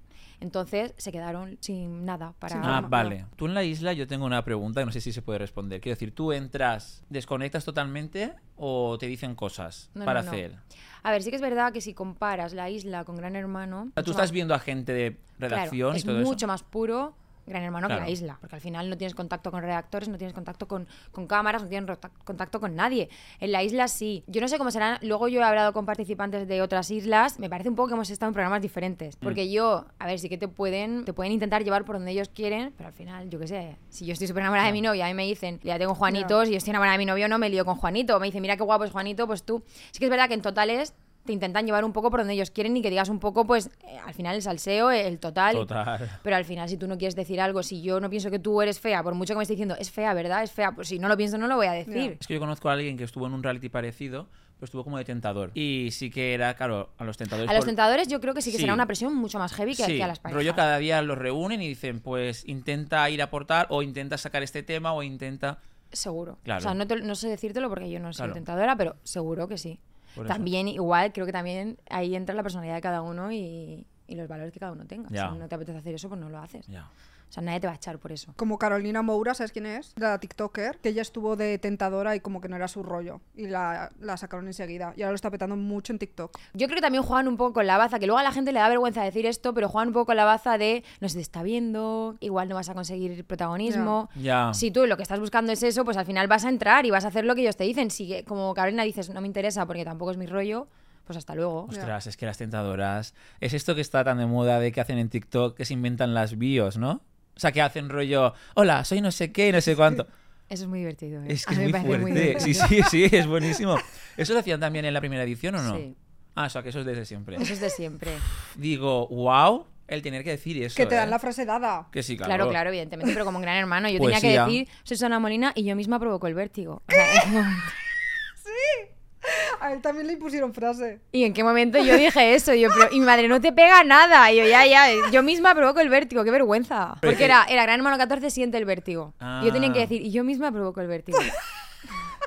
[SPEAKER 4] Entonces se quedaron sin nada para...
[SPEAKER 2] Sin
[SPEAKER 3] Ah,
[SPEAKER 2] Programa,
[SPEAKER 3] vale. Tú en la isla yo tengo una pregunta que no sé si se puede responder. Quiero decir, ¿tú entras, desconectas totalmente o te dicen cosas
[SPEAKER 4] No, no,
[SPEAKER 3] para
[SPEAKER 4] no.
[SPEAKER 3] hacer?
[SPEAKER 4] A ver, sí que es verdad que si comparas la isla con Gran
[SPEAKER 3] O
[SPEAKER 4] Hermano...
[SPEAKER 3] sea, tú
[SPEAKER 4] mucho más-
[SPEAKER 3] estás viendo a gente de redacción
[SPEAKER 4] claro,
[SPEAKER 3] y
[SPEAKER 4] es
[SPEAKER 3] todo eso.
[SPEAKER 4] mucho más puro Gran Hermano que
[SPEAKER 3] Claro.
[SPEAKER 4] la isla, porque al final no tienes contacto con redactores, no tienes contacto con, con cámaras, no tienes rota- contacto con nadie. En la isla sí. Yo no sé cómo serán, luego yo he hablado con participantes de otras islas, me parece un poco que hemos estado en programas diferentes,
[SPEAKER 3] Mm.
[SPEAKER 4] porque yo, a ver, sí que te pueden te pueden intentar llevar por donde ellos quieren, pero al final, yo qué sé, si yo estoy súper enamorada de mi novia, a mí me dicen, ya tengo Juanito, si yo estoy enamorada de mi novio, no me lío con Juanito, me dicen, mira qué guapo es Juanito, pues tú. Sí que es verdad que en totales te intentan llevar un poco por donde ellos quieren y que digas un poco, pues, eh, al final el salseo, el total, y
[SPEAKER 3] Total.
[SPEAKER 4] pero al final, si tú no quieres decir algo, si yo no pienso que tú eres fea, por mucho que me esté diciendo, es fea, ¿verdad? Es fea, pues si no lo pienso, no lo voy a decir.
[SPEAKER 3] Es que yo conozco a alguien que estuvo en un reality parecido, pero estuvo como de tentador. Y sí que era, claro, a los tentadores.
[SPEAKER 4] A los
[SPEAKER 3] por-
[SPEAKER 4] tentadores yo creo que sí que
[SPEAKER 3] Sí.
[SPEAKER 4] será una presión mucho más heavy que,
[SPEAKER 3] Sí,
[SPEAKER 4] que a las parejas.
[SPEAKER 3] rollo cada día los reúnen y dicen, pues intenta ir a aportar o intenta sacar este tema o intenta...
[SPEAKER 4] Seguro.
[SPEAKER 3] Claro.
[SPEAKER 4] O sea, no, te- no sé decírtelo porque yo no soy
[SPEAKER 3] Claro.
[SPEAKER 4] tentadora, pero seguro que sí.
[SPEAKER 3] Por eso.
[SPEAKER 4] También, igual, creo que también ahí entra la personalidad de cada uno y, y los valores que cada uno tenga.
[SPEAKER 3] Ya.
[SPEAKER 4] Si no te apetece hacer eso, pues no lo haces.
[SPEAKER 3] Ya.
[SPEAKER 4] O sea, nadie te va a echar por eso.
[SPEAKER 2] Como Carolina Moura, ¿sabes quién es? La TikToker, que ella estuvo de tentadora y como que no era su rollo. Y la, la sacaron enseguida. Y ahora lo está petando mucho en TikTok.
[SPEAKER 4] Yo creo que también juegan un poco con la baza, que luego a la gente le da vergüenza decir esto, pero juegan un poco con la baza de no se te está viendo, igual no vas a conseguir protagonismo.
[SPEAKER 3] Ya.
[SPEAKER 4] Si tú lo que estás buscando es eso, pues al final vas a entrar y vas a hacer lo que ellos te dicen. Si que- como Carolina dices, no me interesa porque tampoco es mi rollo, pues hasta luego.
[SPEAKER 3] Ostras, es que las tentadoras... Es esto que está tan de moda de que hacen en TikTok, que se inventan las bios, ¿no? O sea, que hacen rollo, hola, soy no sé qué y no sé cuánto.
[SPEAKER 4] Eso es muy divertido. ¿eh?
[SPEAKER 3] Es que
[SPEAKER 4] A
[SPEAKER 3] es
[SPEAKER 4] mí
[SPEAKER 3] muy
[SPEAKER 4] me parece
[SPEAKER 3] fuerte.
[SPEAKER 4] divertido.
[SPEAKER 3] sí, sí, sí, es buenísimo. ¿Eso lo hacían también en la primera edición o no?
[SPEAKER 4] Sí.
[SPEAKER 3] Ah, o sea, que eso es desde siempre.
[SPEAKER 4] Eso es de siempre.
[SPEAKER 3] Digo, wow, el tener que decir eso.
[SPEAKER 2] que te
[SPEAKER 3] ¿eh?
[SPEAKER 2] dan la frase dada.
[SPEAKER 3] Que sí,
[SPEAKER 4] Claro. claro, evidentemente, pero como un gran hermano, yo
[SPEAKER 3] Poesía.
[SPEAKER 4] tenía que decir, soy Susana Molina y yo misma provocó el vértigo. O sea, ¿en qué momento-
[SPEAKER 2] A él también le impusieron frase.
[SPEAKER 4] ¿Y en qué momento yo dije eso? Y, yo, pero- y mi madre, no te pega nada. Y yo, ya, ya, yo misma provoco el vértigo, qué vergüenza.
[SPEAKER 3] Pero
[SPEAKER 4] Porque
[SPEAKER 3] es que-
[SPEAKER 4] era, era Gran Hermano 14, siente el vértigo. Y yo tenía que
[SPEAKER 3] Ah.
[SPEAKER 4] decir, y yo misma provoco el vértigo.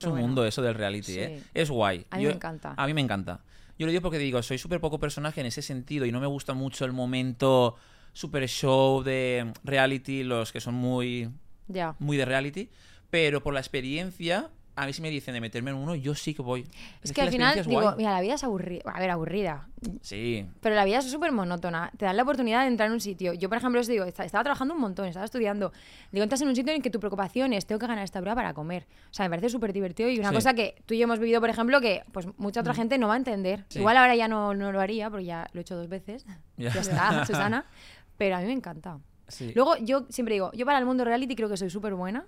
[SPEAKER 3] Es un
[SPEAKER 4] Bueno.
[SPEAKER 3] mundo eso del reality,
[SPEAKER 4] Sí.
[SPEAKER 3] ¿eh? Es guay.
[SPEAKER 4] A mí
[SPEAKER 3] Yo-
[SPEAKER 4] me encanta.
[SPEAKER 3] A mí me encanta. Yo lo digo porque digo, soy súper poco personaje en ese sentido y no me gusta mucho el momento super show de reality, los que son muy,
[SPEAKER 4] Ya.
[SPEAKER 3] muy de reality, pero por la experiencia, a mí si me dicen de meterme en uno, yo sí que voy.
[SPEAKER 4] Es, que, al final,
[SPEAKER 3] es
[SPEAKER 4] digo,
[SPEAKER 3] guay.
[SPEAKER 4] mira, la vida es aburrida. A ver, aburrida.
[SPEAKER 3] Sí,
[SPEAKER 4] Pero la vida es súper monótona. Te dan la oportunidad de entrar en un sitio. Yo, por ejemplo, os digo, esta- estaba trabajando un montón, estaba estudiando. Digo, entras en un sitio en el que tu preocupación es tengo que ganar esta prueba para comer. O sea, me parece súper divertido y una
[SPEAKER 3] Sí. Mm.
[SPEAKER 4] cosa que tú y yo hemos vivido, por ejemplo, que pues mucha otra gente no va a entender.
[SPEAKER 3] Sí.
[SPEAKER 4] Igual ahora ya no, no lo haría porque ya lo he hecho dos veces.
[SPEAKER 3] Ya.
[SPEAKER 4] Ya, está, Susana. Pero a mí me encanta.
[SPEAKER 3] sí.
[SPEAKER 4] Luego, yo siempre digo, yo para el mundo reality creo que soy súper buena,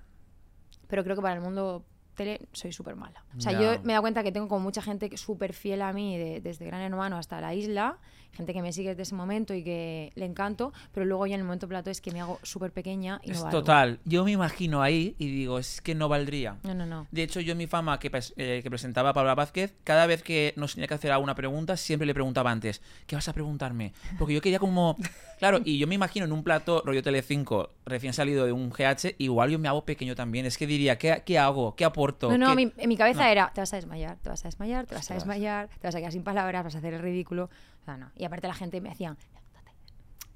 [SPEAKER 4] pero creo que para el mundo tele soy súper mala. O sea,
[SPEAKER 3] Ya.
[SPEAKER 4] yo me he dado cuenta que tengo como mucha gente que- súper fiel a mí, de- desde Gran Hermano hasta la isla, gente que me sigue desde ese momento y que le encanto, pero luego ya en el momento plato es que me hago súper pequeña y no
[SPEAKER 3] es
[SPEAKER 4] valgo.
[SPEAKER 3] total. Yo me imagino ahí y digo, es que no valdría.
[SPEAKER 4] No, no, no.
[SPEAKER 3] De hecho, yo en mi fama que, pres- eh, que presentaba Paula Vázquez, cada vez que nos tenía que hacer alguna pregunta, siempre le preguntaba antes, ¿qué vas a preguntarme? Porque yo quería como... Claro, y yo me imagino en un plato rollo Telecinco, recién salido de un GH, igual yo me hago pequeño también. Es que diría, ¿qué, qué hago? ¿Qué aporto?
[SPEAKER 4] No, no,
[SPEAKER 3] ¿Qué-
[SPEAKER 4] mi- en mi cabeza era, te vas a desmayar, te vas a desmayar, te vas a desmayar, te vas a quedar sin palabras, vas a hacer el ridículo. O sea, no. Y aparte la gente me hacía, "Levántate".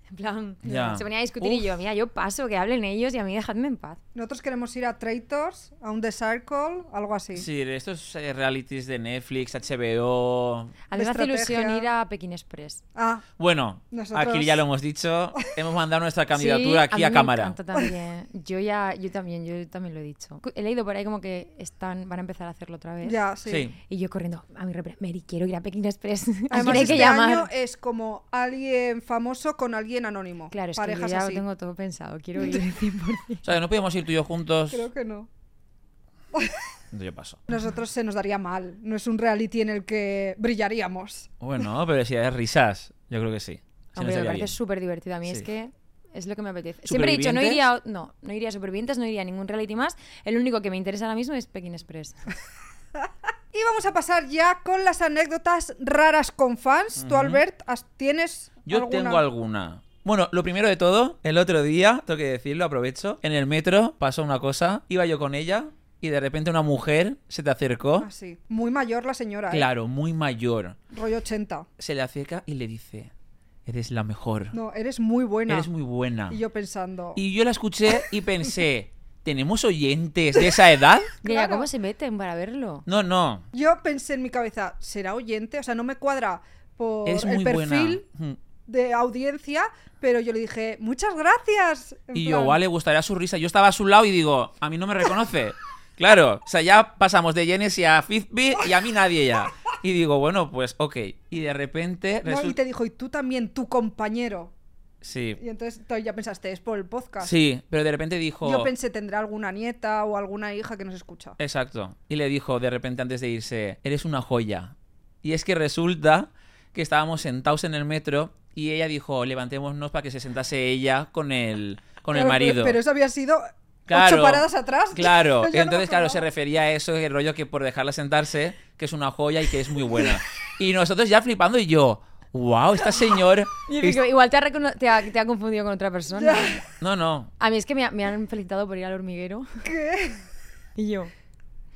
[SPEAKER 4] en plan,
[SPEAKER 3] Ya.
[SPEAKER 4] se ponía a discutir y
[SPEAKER 3] Uf.
[SPEAKER 4] yo, mira, yo paso, que hablen ellos y a mí dejadme en paz.
[SPEAKER 2] Nosotros queremos ir a Traitors, a un The Circle, algo así.
[SPEAKER 3] Sí, de estos eh, realities de Netflix, HBO...
[SPEAKER 4] A mí
[SPEAKER 2] de
[SPEAKER 4] me hace
[SPEAKER 2] estrategia.
[SPEAKER 4] ilusión ir a Pekín Express.
[SPEAKER 2] Ah,
[SPEAKER 3] Bueno,
[SPEAKER 2] Nosotros-
[SPEAKER 3] aquí ya lo hemos dicho, hemos mandado nuestra
[SPEAKER 4] Sí,
[SPEAKER 3] candidatura aquí
[SPEAKER 4] mí
[SPEAKER 3] a
[SPEAKER 4] me
[SPEAKER 3] cámara.
[SPEAKER 4] encanta también. Yo ya, yo también, yo también lo he dicho. He leído por ahí como que están, van a empezar a hacerlo otra vez.
[SPEAKER 2] ya, sí.
[SPEAKER 3] Sí.
[SPEAKER 4] Y yo corriendo a mi repre, Mary, quiero ir a Pekín Express. Además,
[SPEAKER 2] Además,
[SPEAKER 4] hay
[SPEAKER 2] este
[SPEAKER 4] que llamar.
[SPEAKER 2] año es como alguien famoso con alguien anónimo.
[SPEAKER 4] Claro, es que yo
[SPEAKER 2] Parejas
[SPEAKER 4] ya
[SPEAKER 2] así.
[SPEAKER 4] lo tengo todo pensado. Quiero ir 100%.
[SPEAKER 3] O sea, que no podíamos ir tú y yo juntos.
[SPEAKER 2] Creo que no.
[SPEAKER 3] Yo paso.
[SPEAKER 2] Nosotros se nos daría mal. No es un reality en el que brillaríamos.
[SPEAKER 3] Bueno, pero si hay risas, yo creo que sí. Si no
[SPEAKER 4] Hombre, me
[SPEAKER 3] estaría
[SPEAKER 4] parece
[SPEAKER 3] bien.
[SPEAKER 4] súper divertido. A mí es
[SPEAKER 3] Sí.
[SPEAKER 4] que es lo que me apetece. Siempre he dicho, no iría, a- no, no iría a Supervivientes, no iría a ningún reality más. El único que me interesa ahora mismo es Pekín Express.
[SPEAKER 2] Y vamos a pasar ya con las anécdotas raras con fans. Tú, Albert, has- ¿tienes
[SPEAKER 3] Yo
[SPEAKER 2] alguna?
[SPEAKER 3] tengo alguna. Bueno, lo primero de todo, el otro día, tengo que decirlo, aprovecho, en el metro pasó una cosa, iba yo con ella y de repente una mujer se te acercó,
[SPEAKER 2] Ah, sí. Muy mayor la señora, ¿eh?
[SPEAKER 3] claro, muy mayor,
[SPEAKER 2] Rollo 80.
[SPEAKER 3] se le acerca y le dice, eres la mejor.
[SPEAKER 2] No, eres muy buena.
[SPEAKER 3] Eres muy buena.
[SPEAKER 2] Y yo pensando.
[SPEAKER 3] Y yo la escuché y pensé, ¿tenemos oyentes de esa edad?
[SPEAKER 4] De
[SPEAKER 2] Claro.
[SPEAKER 4] ¿cómo se meten para verlo?
[SPEAKER 3] No, no.
[SPEAKER 2] Yo pensé en mi cabeza, ¿será oyente? O sea, no me cuadra por
[SPEAKER 3] Eres
[SPEAKER 2] el
[SPEAKER 3] muy
[SPEAKER 2] perfil
[SPEAKER 3] buena. Mm.
[SPEAKER 2] de audiencia, pero yo le dije, muchas gracias. En
[SPEAKER 3] Y
[SPEAKER 2] plan,
[SPEAKER 3] yo, vale, gustaría su risa. Yo estaba a su lado y digo, a mí no me reconoce. Claro, o sea, ya pasamos de Genesis a Fitbit y a mí nadie ya. Y digo, bueno, pues ok. Y de repente
[SPEAKER 2] No, y
[SPEAKER 3] resulta...
[SPEAKER 2] te dijo, y tú también, tu compañero.
[SPEAKER 3] Sí,
[SPEAKER 2] Y entonces tú ya pensaste, es por el podcast.
[SPEAKER 3] sí, pero de repente dijo...
[SPEAKER 2] Yo pensé, tendrá alguna nieta o alguna hija que nos escucha.
[SPEAKER 3] Exacto. Y le dijo de repente antes de irse, eres una joya. Y es que resulta que estábamos sentados en el metro y ella dijo, levantémonos para que se sentase ella con el, con el
[SPEAKER 2] Claro,
[SPEAKER 3] marido.
[SPEAKER 2] Pero, pero eso había sido
[SPEAKER 3] Claro.
[SPEAKER 2] ocho paradas atrás.
[SPEAKER 3] Claro,
[SPEAKER 2] Yo no me
[SPEAKER 3] entonces claro, se
[SPEAKER 2] acordaba.
[SPEAKER 3] refería a eso, el rollo que por dejarla sentarse, que es una joya y que es muy buena. Y nosotros ya flipando y yo, wow, esta señora...
[SPEAKER 4] Yo digo, Igual te ha, recono- te ha- te ha confundido con otra persona.
[SPEAKER 3] No, no,
[SPEAKER 4] A mí es que me, ha- me han felicitado por ir al hormiguero.
[SPEAKER 2] ¿Qué?
[SPEAKER 4] Y yo,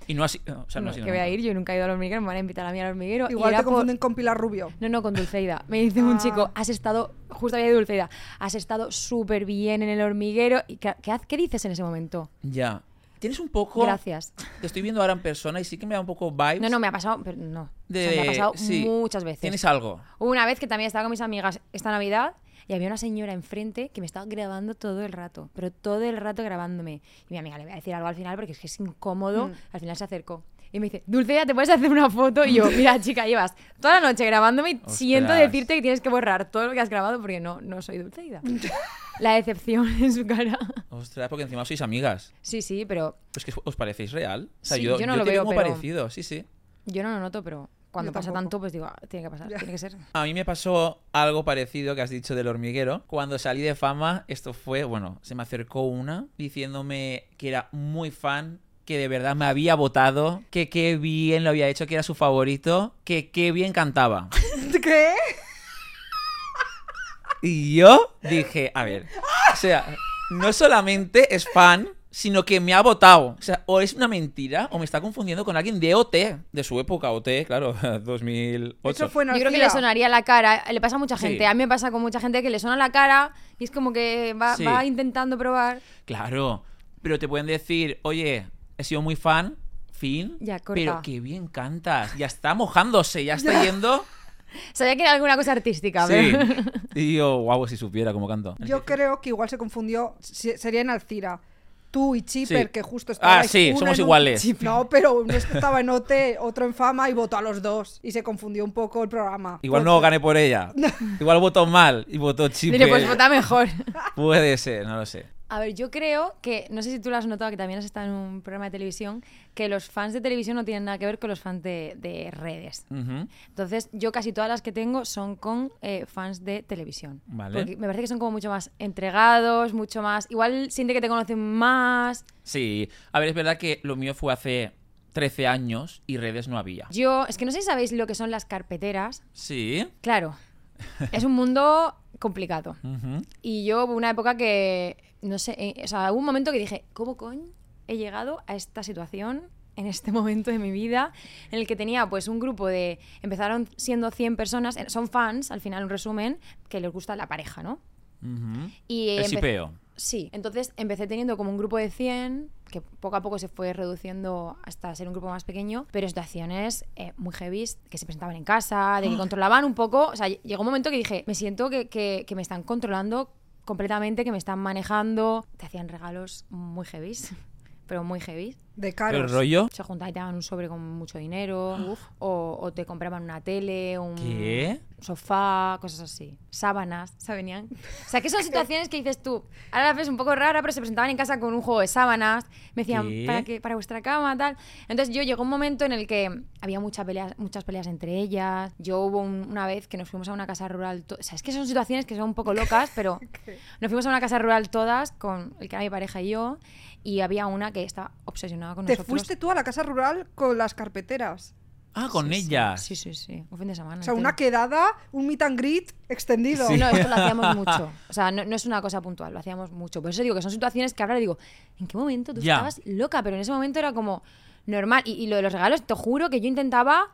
[SPEAKER 3] y no ha sido... O sea, no ha
[SPEAKER 4] "No,
[SPEAKER 3] sido
[SPEAKER 4] que voy a
[SPEAKER 3] nunca.
[SPEAKER 4] ir, yo nunca he ido al hormiguero, me van a invitar a mí al hormiguero. y
[SPEAKER 2] Igual
[SPEAKER 4] era
[SPEAKER 2] te
[SPEAKER 4] por-
[SPEAKER 2] confunden con Pilar Rubio.
[SPEAKER 4] No, no, con Dulceida. Me dice un
[SPEAKER 2] Ah.
[SPEAKER 4] chico, has estado, justo había de Dulceida, has estado súper bien en el hormiguero. ¿Y qué, qué haz- qué dices en ese momento?
[SPEAKER 3] Ya. Tienes un poco...
[SPEAKER 4] Gracias.
[SPEAKER 3] Te estoy viendo ahora en persona y sí que me da un poco vibes.
[SPEAKER 4] No, no, me ha pasado, pero no.
[SPEAKER 3] de-
[SPEAKER 4] O sea, me ha pasado
[SPEAKER 3] sí.
[SPEAKER 4] muchas veces.
[SPEAKER 3] Tienes algo.
[SPEAKER 4] Hubo una vez que también estaba con mis amigas esta Navidad y había una señora enfrente que me estaba grabando todo el rato, pero todo el rato grabándome. Y mi amiga le voy a decir algo al final porque es que es
[SPEAKER 2] Mm.
[SPEAKER 4] incómodo. Al final se acercó y me dice, Dulcea, ¿te puedes hacer una foto? Y yo, mira, chica, llevas toda la noche grabándome y siento
[SPEAKER 3] Ostras.
[SPEAKER 4] decirte que tienes que borrar todo lo que has grabado porque no, no soy Dulceida. la decepción en su cara.
[SPEAKER 3] Ostras, porque encima sois amigas.
[SPEAKER 4] Sí, sí, pero
[SPEAKER 3] Es que os parecéis real. O sea,
[SPEAKER 4] Sí,
[SPEAKER 3] yo,
[SPEAKER 4] yo no
[SPEAKER 3] yo
[SPEAKER 4] lo
[SPEAKER 3] te
[SPEAKER 4] veo,
[SPEAKER 3] muy
[SPEAKER 4] pero-
[SPEAKER 3] parecido, sí, sí.
[SPEAKER 4] yo no lo noto, pero cuando
[SPEAKER 2] Yo
[SPEAKER 4] pasa
[SPEAKER 2] tampoco.
[SPEAKER 4] tanto, pues digo, "Ah, tiene que pasar, tiene que ser.
[SPEAKER 3] A mí me pasó algo parecido que has dicho del hormiguero. Cuando salí de fama, esto fue, bueno, se me acercó una diciéndome que era muy fan, que de verdad me había votado, que qué bien lo había hecho, que era su favorito, que qué bien cantaba.
[SPEAKER 2] ¿Qué?
[SPEAKER 3] Y yo dije, a ver, o sea, no solamente es fan, sino que me ha votado. O sea, o es una mentira o me está confundiendo con alguien de OT, de su época OT, claro, 2008.
[SPEAKER 2] Eso fue
[SPEAKER 4] Yo creo que
[SPEAKER 2] Narcía.
[SPEAKER 4] le sonaría la cara, le pasa a mucha
[SPEAKER 3] Sí.
[SPEAKER 4] gente, a mí me pasa con mucha gente que le suena la cara y es como que va,
[SPEAKER 3] Sí.
[SPEAKER 4] va intentando probar.
[SPEAKER 3] Claro, pero te pueden decir, oye, he sido muy fan, fin,
[SPEAKER 4] Ya, corta.
[SPEAKER 3] pero qué bien cantas, ya está mojándose, ya está yendo.
[SPEAKER 4] Sabía que era alguna cosa artística,
[SPEAKER 3] Sí.
[SPEAKER 4] pero-
[SPEAKER 3] Y yo, guau, si supiera cómo canto.
[SPEAKER 2] Yo creo que igual se confundió. se- Sería en Alcira. Tú y Chipper,
[SPEAKER 3] Sí. Ah,
[SPEAKER 2] que justo estaban.
[SPEAKER 3] sí, somos iguales.
[SPEAKER 2] No, pero uno estaba en OT, otro en fama y votó a los dos. Y se confundió un poco el programa.
[SPEAKER 3] Igual
[SPEAKER 2] Pues-
[SPEAKER 3] no gané por ella. Igual votó mal y votó chip.
[SPEAKER 4] Dile, pues vota mejor.
[SPEAKER 3] Puede ser, no lo sé.
[SPEAKER 4] A ver, yo creo que, no sé si tú lo has notado, que también has estado en un programa de televisión, que los fans de televisión no tienen nada que ver con los fans de, de redes.
[SPEAKER 3] Ujú.
[SPEAKER 4] Entonces, yo casi todas las que tengo son con eh, fans de televisión.
[SPEAKER 3] Vale.
[SPEAKER 4] Porque me parece que son como mucho más entregados, mucho más... Igual siente que te conocen más.
[SPEAKER 3] Sí, a ver, es verdad que lo mío fue hace 13 años y redes no había.
[SPEAKER 4] Yo, es que no sé si sabéis lo que son las carpeteras.
[SPEAKER 3] Sí.
[SPEAKER 4] Claro, es un mundo complicado.
[SPEAKER 3] Ujú.
[SPEAKER 4] Y yo hubo una época que, no sé, eh, o sea, hubo un momento que dije, ¿cómo coño he llegado a esta situación? En este momento de mi vida, en el que tenía pues un grupo de. Empezaron siendo 100 personas, eh, son fans, al final un resumen, que les gusta la pareja, ¿no?
[SPEAKER 3] Ujú.
[SPEAKER 4] Y
[SPEAKER 3] El
[SPEAKER 4] empe-
[SPEAKER 3] sipeo.
[SPEAKER 4] Sí, entonces empecé teniendo como un grupo de 100, que poco a poco se fue reduciendo hasta ser un grupo más pequeño, pero situaciones eh, muy heavy que se presentaban en casa, de que controlaban un poco. O sea, ll- llegó un momento que dije, me siento que, que- que me están controlando completamente, que me están manejando. Te hacían regalos muy heavy, pero muy heavy.
[SPEAKER 2] De
[SPEAKER 3] El
[SPEAKER 2] caros.
[SPEAKER 3] rollo.
[SPEAKER 4] Se juntaban y te daban un sobre con mucho dinero, o, o te compraban una tele, un
[SPEAKER 3] ¿Qué?
[SPEAKER 4] sofá, cosas así, sábanas, se venían. O sea, que son situaciones que dices tú, ahora la ves un poco rara, pero se presentaban en casa con un juego de sábanas, me decían,
[SPEAKER 3] ¿Qué?
[SPEAKER 4] para que para vuestra cama, tal. Entonces yo llegó un momento en el que había muchas peleas, muchas peleas entre ellas. Yo hubo un- una vez que nos fuimos a una casa rural, to- o sea, es que son situaciones que son un poco locas, pero nos fuimos a una casa rural todas con el que era mi pareja y yo y había una que estaba obsesionada con
[SPEAKER 2] Te
[SPEAKER 4] nosotros.
[SPEAKER 2] fuiste tú a la casa rural con las carpeteras.
[SPEAKER 3] Ah, con
[SPEAKER 4] Sí, sí.
[SPEAKER 3] ellas.
[SPEAKER 4] Sí, sí, sí, un fin de semana.
[SPEAKER 2] O sea,
[SPEAKER 4] entero.
[SPEAKER 2] una quedada, un meet and greet extendido.
[SPEAKER 4] No, esto lo hacíamos mucho. O sea, no, no es una cosa puntual, lo hacíamos mucho. Por eso digo que son situaciones que ahora digo, ¿en qué momento tú
[SPEAKER 3] Ya.
[SPEAKER 4] estabas loca? Pero en ese momento era como normal. Y, y lo de los regalos, te juro que yo intentaba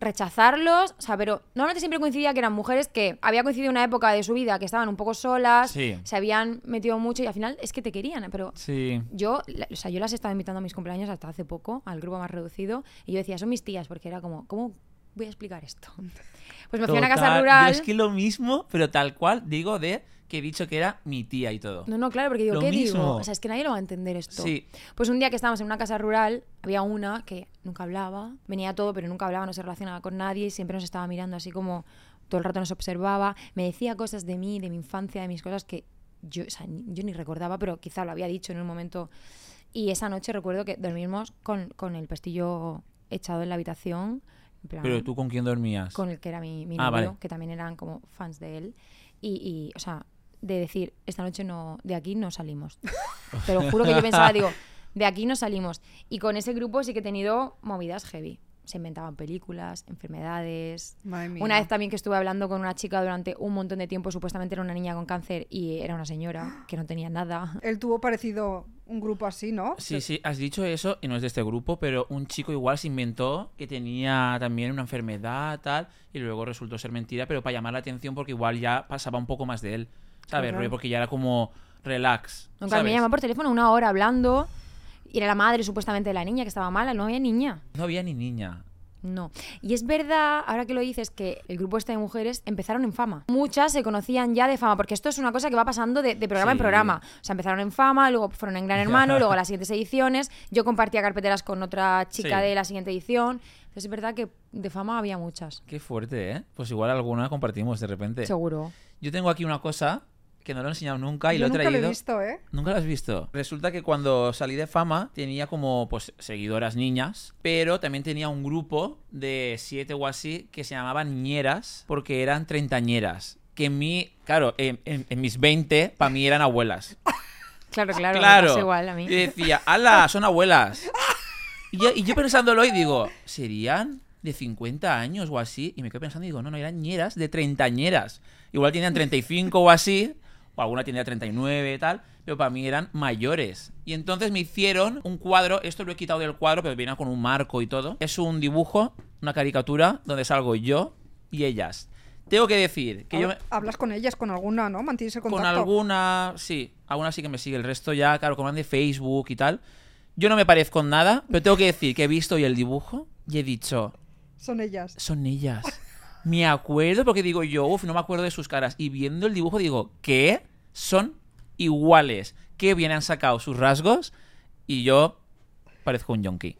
[SPEAKER 4] rechazarlos, o sea, pero normalmente siempre coincidía que eran mujeres que había coincidido una época de su vida que estaban un poco solas,
[SPEAKER 3] Sí.
[SPEAKER 4] se habían metido mucho y al final es que te querían, ¿eh? pero
[SPEAKER 3] Sí.
[SPEAKER 4] yo, la- o sea, yo las estaba invitando a mis cumpleaños hasta hace poco, al grupo más reducido, y yo decía, son mis tías, porque era como, ¿cómo voy a explicar esto? Pues me fui a una casa
[SPEAKER 3] Total,
[SPEAKER 4] rural.
[SPEAKER 3] Yo es que lo mismo, pero tal cual, digo de que he dicho que era mi tía y todo.
[SPEAKER 4] No, no, claro, porque digo,
[SPEAKER 3] Lo
[SPEAKER 4] ¿qué digo?
[SPEAKER 3] mismo.
[SPEAKER 4] O sea, es que nadie lo va a entender esto.
[SPEAKER 3] Sí.
[SPEAKER 4] Pues un día que estábamos en una casa rural, había una que nunca hablaba, venía a todo, pero nunca hablaba, no se relacionaba con nadie, y siempre nos estaba mirando así como todo el rato nos observaba, me decía cosas de mí, de mi infancia, de mis cosas que yo, o sea, ni- yo ni recordaba, pero quizá lo había dicho en un momento. Y esa noche recuerdo que dormimos con, con el pestillo echado en la habitación. en plan-
[SPEAKER 3] Pero tú con quién dormías.
[SPEAKER 4] con el que era mi, mi
[SPEAKER 3] Ah,
[SPEAKER 4] novio,
[SPEAKER 3] vale.
[SPEAKER 4] que también eran como fans de él. Y, y, o sea, de decir, esta noche no, de aquí no salimos. Te lo juro que yo pensaba, digo, de aquí no salimos. Y con ese grupo sí que he tenido movidas heavy. Se inventaban películas, enfermedades.
[SPEAKER 2] Madre mía.
[SPEAKER 4] Una vez también que estuve hablando con una chica durante un montón de tiempo, supuestamente era una niña con cáncer y era una señora que no tenía nada.
[SPEAKER 2] Él tuvo parecido un grupo así, ¿no?
[SPEAKER 3] Sí, sí, has dicho eso, y no es de este grupo, pero un chico igual se inventó que tenía también una enfermedad, tal, y luego resultó ser mentira, pero para llamar la atención porque igual ya pasaba un poco más de él, ¿sabes?
[SPEAKER 2] Claro.
[SPEAKER 3] Porque ya era como relax,
[SPEAKER 4] Nunca me
[SPEAKER 3] ¿sabes?
[SPEAKER 4] llamaba por teléfono una hora hablando. Y era la madre supuestamente de la niña que estaba mala, no había niña.
[SPEAKER 3] No había ni niña.
[SPEAKER 4] No. Y es verdad, ahora que lo dices, que el grupo este de mujeres empezaron en fama. Muchas se conocían ya de fama, porque esto es una cosa que va pasando de, de programa en
[SPEAKER 3] Sí.
[SPEAKER 4] programa. O sea, empezaron en fama, luego fueron en Gran Hermano, luego las siguientes ediciones. Yo compartía carpeteras con otra chica
[SPEAKER 3] Sí.
[SPEAKER 4] de la siguiente edición. Entonces es verdad que de fama había muchas.
[SPEAKER 3] Qué fuerte, ¿eh? Pues igual alguna compartimos de repente.
[SPEAKER 4] Seguro.
[SPEAKER 3] Yo tengo aquí una cosa que no lo he enseñado nunca y
[SPEAKER 2] Yo
[SPEAKER 3] lo he
[SPEAKER 2] nunca
[SPEAKER 3] traído.
[SPEAKER 2] lo he visto, ¿eh?
[SPEAKER 3] ¿Nunca lo has visto? Resulta que cuando salí de fama tenía como pues seguidoras niñas, pero también tenía un grupo de siete o así que se llamaban ñeras porque eran treintañeras. Que en mí, claro, en, en- en mis 20, para mí eran abuelas.
[SPEAKER 4] Claro, claro. me
[SPEAKER 3] Ah, Claro.
[SPEAKER 4] pasa igual a mí.
[SPEAKER 3] Y decía, ala, son abuelas. Y yo, y yo pensándolo hoy digo, ¿serían de 50 años o así? Y me quedo pensando y digo, no, no, eran ñeras de treintañeras. Igual tenían 35 o así, o alguna tenía 39 y tal, pero para mí eran mayores. Y entonces me hicieron un cuadro, esto lo he quitado del cuadro, pero viene con un marco y todo. Es un dibujo, una caricatura, donde salgo yo y ellas. Tengo que decir que yo... me-
[SPEAKER 2] Hab- Hablas con ellas, con alguna, ¿no? Mantienes el contacto.
[SPEAKER 3] con alguna, sí, alguna sí que me sigue. El resto ya, claro, como van de Facebook y tal. Yo no me parezco en nada, pero tengo que decir que he visto hoy el dibujo y he dicho,
[SPEAKER 2] Son ellas.
[SPEAKER 3] son ellas. Me acuerdo porque digo yo, uff, no me acuerdo de sus caras. Y viendo el dibujo digo, ¿qué? Son iguales. Qué bien han sacado sus rasgos y yo parezco un yonki.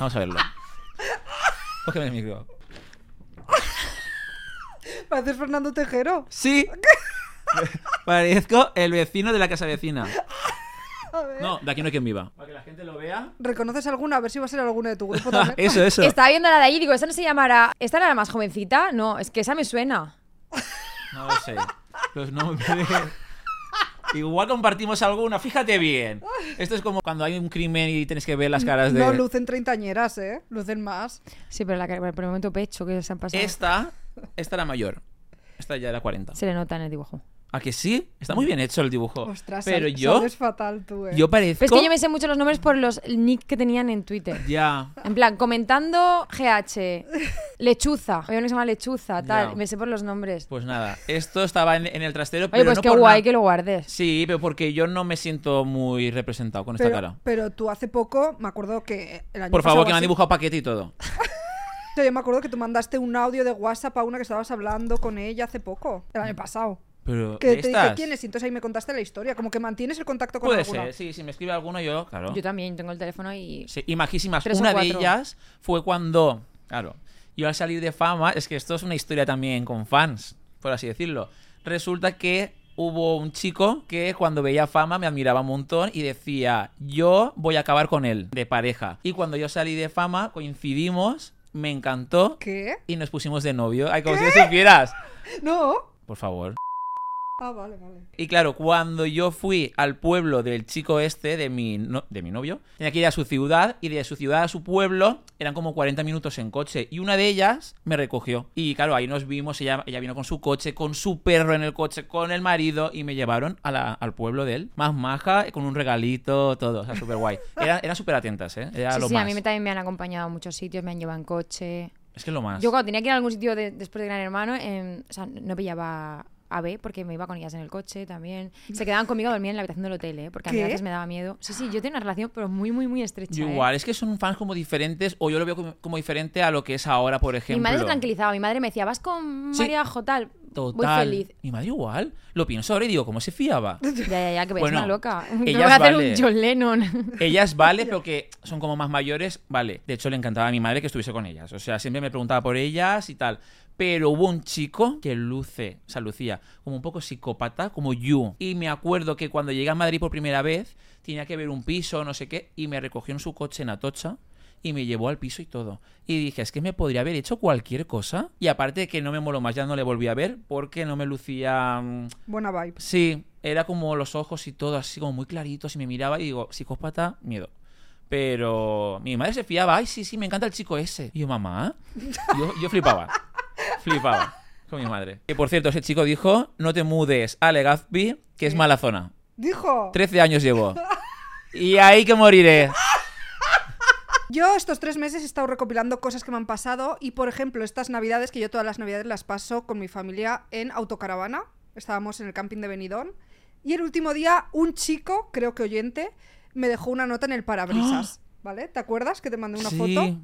[SPEAKER 3] Vamos a verlo. Cógeme el micro.
[SPEAKER 2] Pareces Fernando Tejero.
[SPEAKER 3] Sí. Parezco el vecino de la casa vecina.
[SPEAKER 2] A ver.
[SPEAKER 3] No, de aquí no hay quien viva. Para que la gente lo vea.
[SPEAKER 2] ¿Reconoces alguna? A ver si va a ser alguna de tu grupo también.
[SPEAKER 3] Eso, eso.
[SPEAKER 4] Estaba viendo la de ahí y digo, ¿esa no se llamará? ¿Esta era la más jovencita? No, es que esa me suena.
[SPEAKER 3] No lo sé. Los nombres. Igual compartimos alguna, fíjate bien. Esto es como cuando hay un crimen y tienes que ver las caras de.
[SPEAKER 2] No, lucen treintañeras, ¿eh? Lucen más.
[SPEAKER 4] Sí, pero la que por el momento pecho que se han pasado.
[SPEAKER 3] Esta, esta era mayor. Esta ya era 40.
[SPEAKER 4] Se le nota en el dibujo.
[SPEAKER 3] ¿A que sí? Está muy bien hecho el dibujo.
[SPEAKER 2] Ostras,
[SPEAKER 3] Oh, Pero
[SPEAKER 2] sal-
[SPEAKER 3] yo,
[SPEAKER 2] sales fatal tú, ¿eh?
[SPEAKER 3] yo parezco.
[SPEAKER 4] Pero es que yo me sé mucho los nombres por los nick que tenían en Twitter.
[SPEAKER 3] Ya.
[SPEAKER 4] En plan, comentando GH, lechuza. Había uno que se llama lechuza, tal.
[SPEAKER 3] Ya.
[SPEAKER 4] Me sé por los nombres.
[SPEAKER 3] Pues nada, esto estaba en, en el trastero.
[SPEAKER 4] Oye,
[SPEAKER 3] pero
[SPEAKER 4] pues
[SPEAKER 3] no
[SPEAKER 4] qué
[SPEAKER 3] por
[SPEAKER 4] guay
[SPEAKER 3] na-
[SPEAKER 4] que lo guardes.
[SPEAKER 3] Sí, pero porque yo no me siento muy representado con esta
[SPEAKER 2] pero,
[SPEAKER 3] cara.
[SPEAKER 2] pero tú hace poco, me acuerdo que el año
[SPEAKER 3] Por
[SPEAKER 2] pasado
[SPEAKER 3] favor, que me han
[SPEAKER 2] así-
[SPEAKER 3] dibujado paquete y todo.
[SPEAKER 2] Sí, Yo me acuerdo que tú mandaste un audio de WhatsApp a una que estabas hablando con ella hace poco, el año pasado.
[SPEAKER 3] Pero.
[SPEAKER 2] Que
[SPEAKER 3] ¿de
[SPEAKER 2] te
[SPEAKER 3] estas?
[SPEAKER 2] dije quién es y entonces ahí me contaste la historia. Como que mantienes el contacto con
[SPEAKER 3] Puede
[SPEAKER 2] alguna.
[SPEAKER 3] ser, sí, si me escribe alguno yo, claro.
[SPEAKER 4] Yo también tengo el teléfono y.
[SPEAKER 3] Sí, y majísimas.
[SPEAKER 4] Tres o
[SPEAKER 3] Una de
[SPEAKER 4] cuatro.
[SPEAKER 3] ellas fue cuando, claro, yo al salir de fama, es que esto es una historia también con fans, por así decirlo. Resulta que hubo un chico que cuando veía fama me admiraba un montón y decía, yo voy a acabar con él, de pareja. Y cuando yo salí de fama, coincidimos, me encantó
[SPEAKER 2] ¿Qué?
[SPEAKER 3] y nos pusimos de novio. Ay, como si lo supieras.
[SPEAKER 2] No.
[SPEAKER 3] Por favor.
[SPEAKER 2] Ah, vale, vale.
[SPEAKER 3] Y claro, cuando yo fui al pueblo del chico este, de mi, no- de mi novio, tenía que ir a su ciudad y de su ciudad a su pueblo eran como 40 minutos en coche. Y una de ellas me recogió. Y claro, ahí nos vimos, ella, ella vino con su coche, con su perro en el coche, con el marido y me llevaron a la- al pueblo de él. Más maja, con un regalito, todo. O sea, súper guay. Eran, eran súper atentas, ¿eh? Era
[SPEAKER 4] Sí,
[SPEAKER 3] lo
[SPEAKER 4] sí,
[SPEAKER 3] más.
[SPEAKER 4] a mí me- también me han acompañado a muchos sitios, me han llevado en coche.
[SPEAKER 3] Es que es lo más.
[SPEAKER 4] Yo cuando tenía que ir a algún sitio de- después de Gran Hermano, em, o sea, no pillaba a B porque me iba con ellas en el coche también. Se quedaban conmigo a dormir en la habitación del hotel, ¿eh? porque a mí
[SPEAKER 2] ¿Qué?
[SPEAKER 4] a veces me daba miedo. Sí, sí, yo tenía una relación, pero muy, muy, muy estrecha.
[SPEAKER 3] Yo
[SPEAKER 4] ¿eh?
[SPEAKER 3] igual, es que son fans como diferentes, o yo lo veo como, como diferente a lo que es ahora, por ejemplo.
[SPEAKER 4] Mi madre se tranquilizaba, mi madre me decía, vas con
[SPEAKER 3] Sí.
[SPEAKER 4] María J. Tal, voy
[SPEAKER 3] Total.
[SPEAKER 4] feliz.
[SPEAKER 3] Mi madre igual. Lo pienso ahora y digo, ¿cómo se fiaba?
[SPEAKER 4] Ya, ya, ya, que me
[SPEAKER 3] Bueno,
[SPEAKER 4] una loca. No
[SPEAKER 3] ellas
[SPEAKER 4] voy a hacer
[SPEAKER 3] vale.
[SPEAKER 4] un John Lennon.
[SPEAKER 3] Ellas vale, pero que son como más mayores, vale. De hecho, le encantaba a mi madre que estuviese con ellas. O sea, siempre me preguntaba por ellas y tal. Pero hubo un chico que luce, o sea, lucía como un poco psicópata, como you. Y me acuerdo que cuando llegué a Madrid por primera vez, tenía que ver un piso, no sé qué, y me recogió en su coche en Atocha y me llevó al piso y todo. Y dije, es que me podría haber hecho cualquier cosa. Y aparte de que no me moló más, ya no le volví a ver porque no me lucía... mm,
[SPEAKER 2] Buena vibe.
[SPEAKER 3] Sí, era como los ojos y todo, así como muy claritos. Y me miraba y digo, psicópata, miedo. Pero mi madre se fiaba, ay, sí, sí, me encanta el chico ese. Y yo, mamá, yo, yo flipaba. flipaba con mi madre. Que por cierto, ese chico dijo, no te mudes a Legazpi, que es mala zona.
[SPEAKER 2] Dijo.
[SPEAKER 3] 13 años llevo. Y ahí que moriré.
[SPEAKER 2] Yo estos tres meses he estado recopilando cosas que me han pasado y, por ejemplo, estas navidades, que yo todas las navidades las paso con mi familia en autocaravana. Estábamos en el camping de Benidorm. Y el último día, un chico, creo que oyente, me dejó una nota en el parabrisas. ¿Vale? ¿Te acuerdas que te mandé una
[SPEAKER 3] sí.
[SPEAKER 2] foto?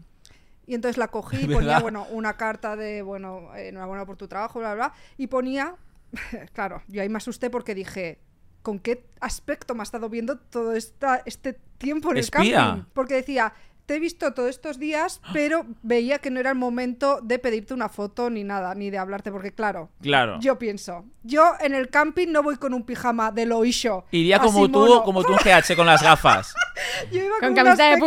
[SPEAKER 2] Y entonces la cogí y
[SPEAKER 3] Es
[SPEAKER 2] ponía,
[SPEAKER 3] verdad.
[SPEAKER 2] bueno, una carta de, bueno, eh, enhorabuena por tu trabajo, bla, bla, bla. Y ponía, claro, yo ahí me asusté porque dije, ¿con qué aspecto me ha estado viendo todo esta, este tiempo en el
[SPEAKER 3] Espía.
[SPEAKER 2] camping? Porque decía, te he visto todos estos días, pero veía que no era el momento de pedirte una foto ni nada, ni de hablarte, porque claro,
[SPEAKER 3] Claro.
[SPEAKER 2] yo pienso, yo en el camping no voy con un pijama de Loisho.
[SPEAKER 3] Iría
[SPEAKER 2] así
[SPEAKER 3] como tú,
[SPEAKER 2] mono.
[SPEAKER 3] como tú un GH con las gafas.
[SPEAKER 2] Yo iba
[SPEAKER 4] Con
[SPEAKER 2] un
[SPEAKER 4] camiseta de
[SPEAKER 2] aspecto-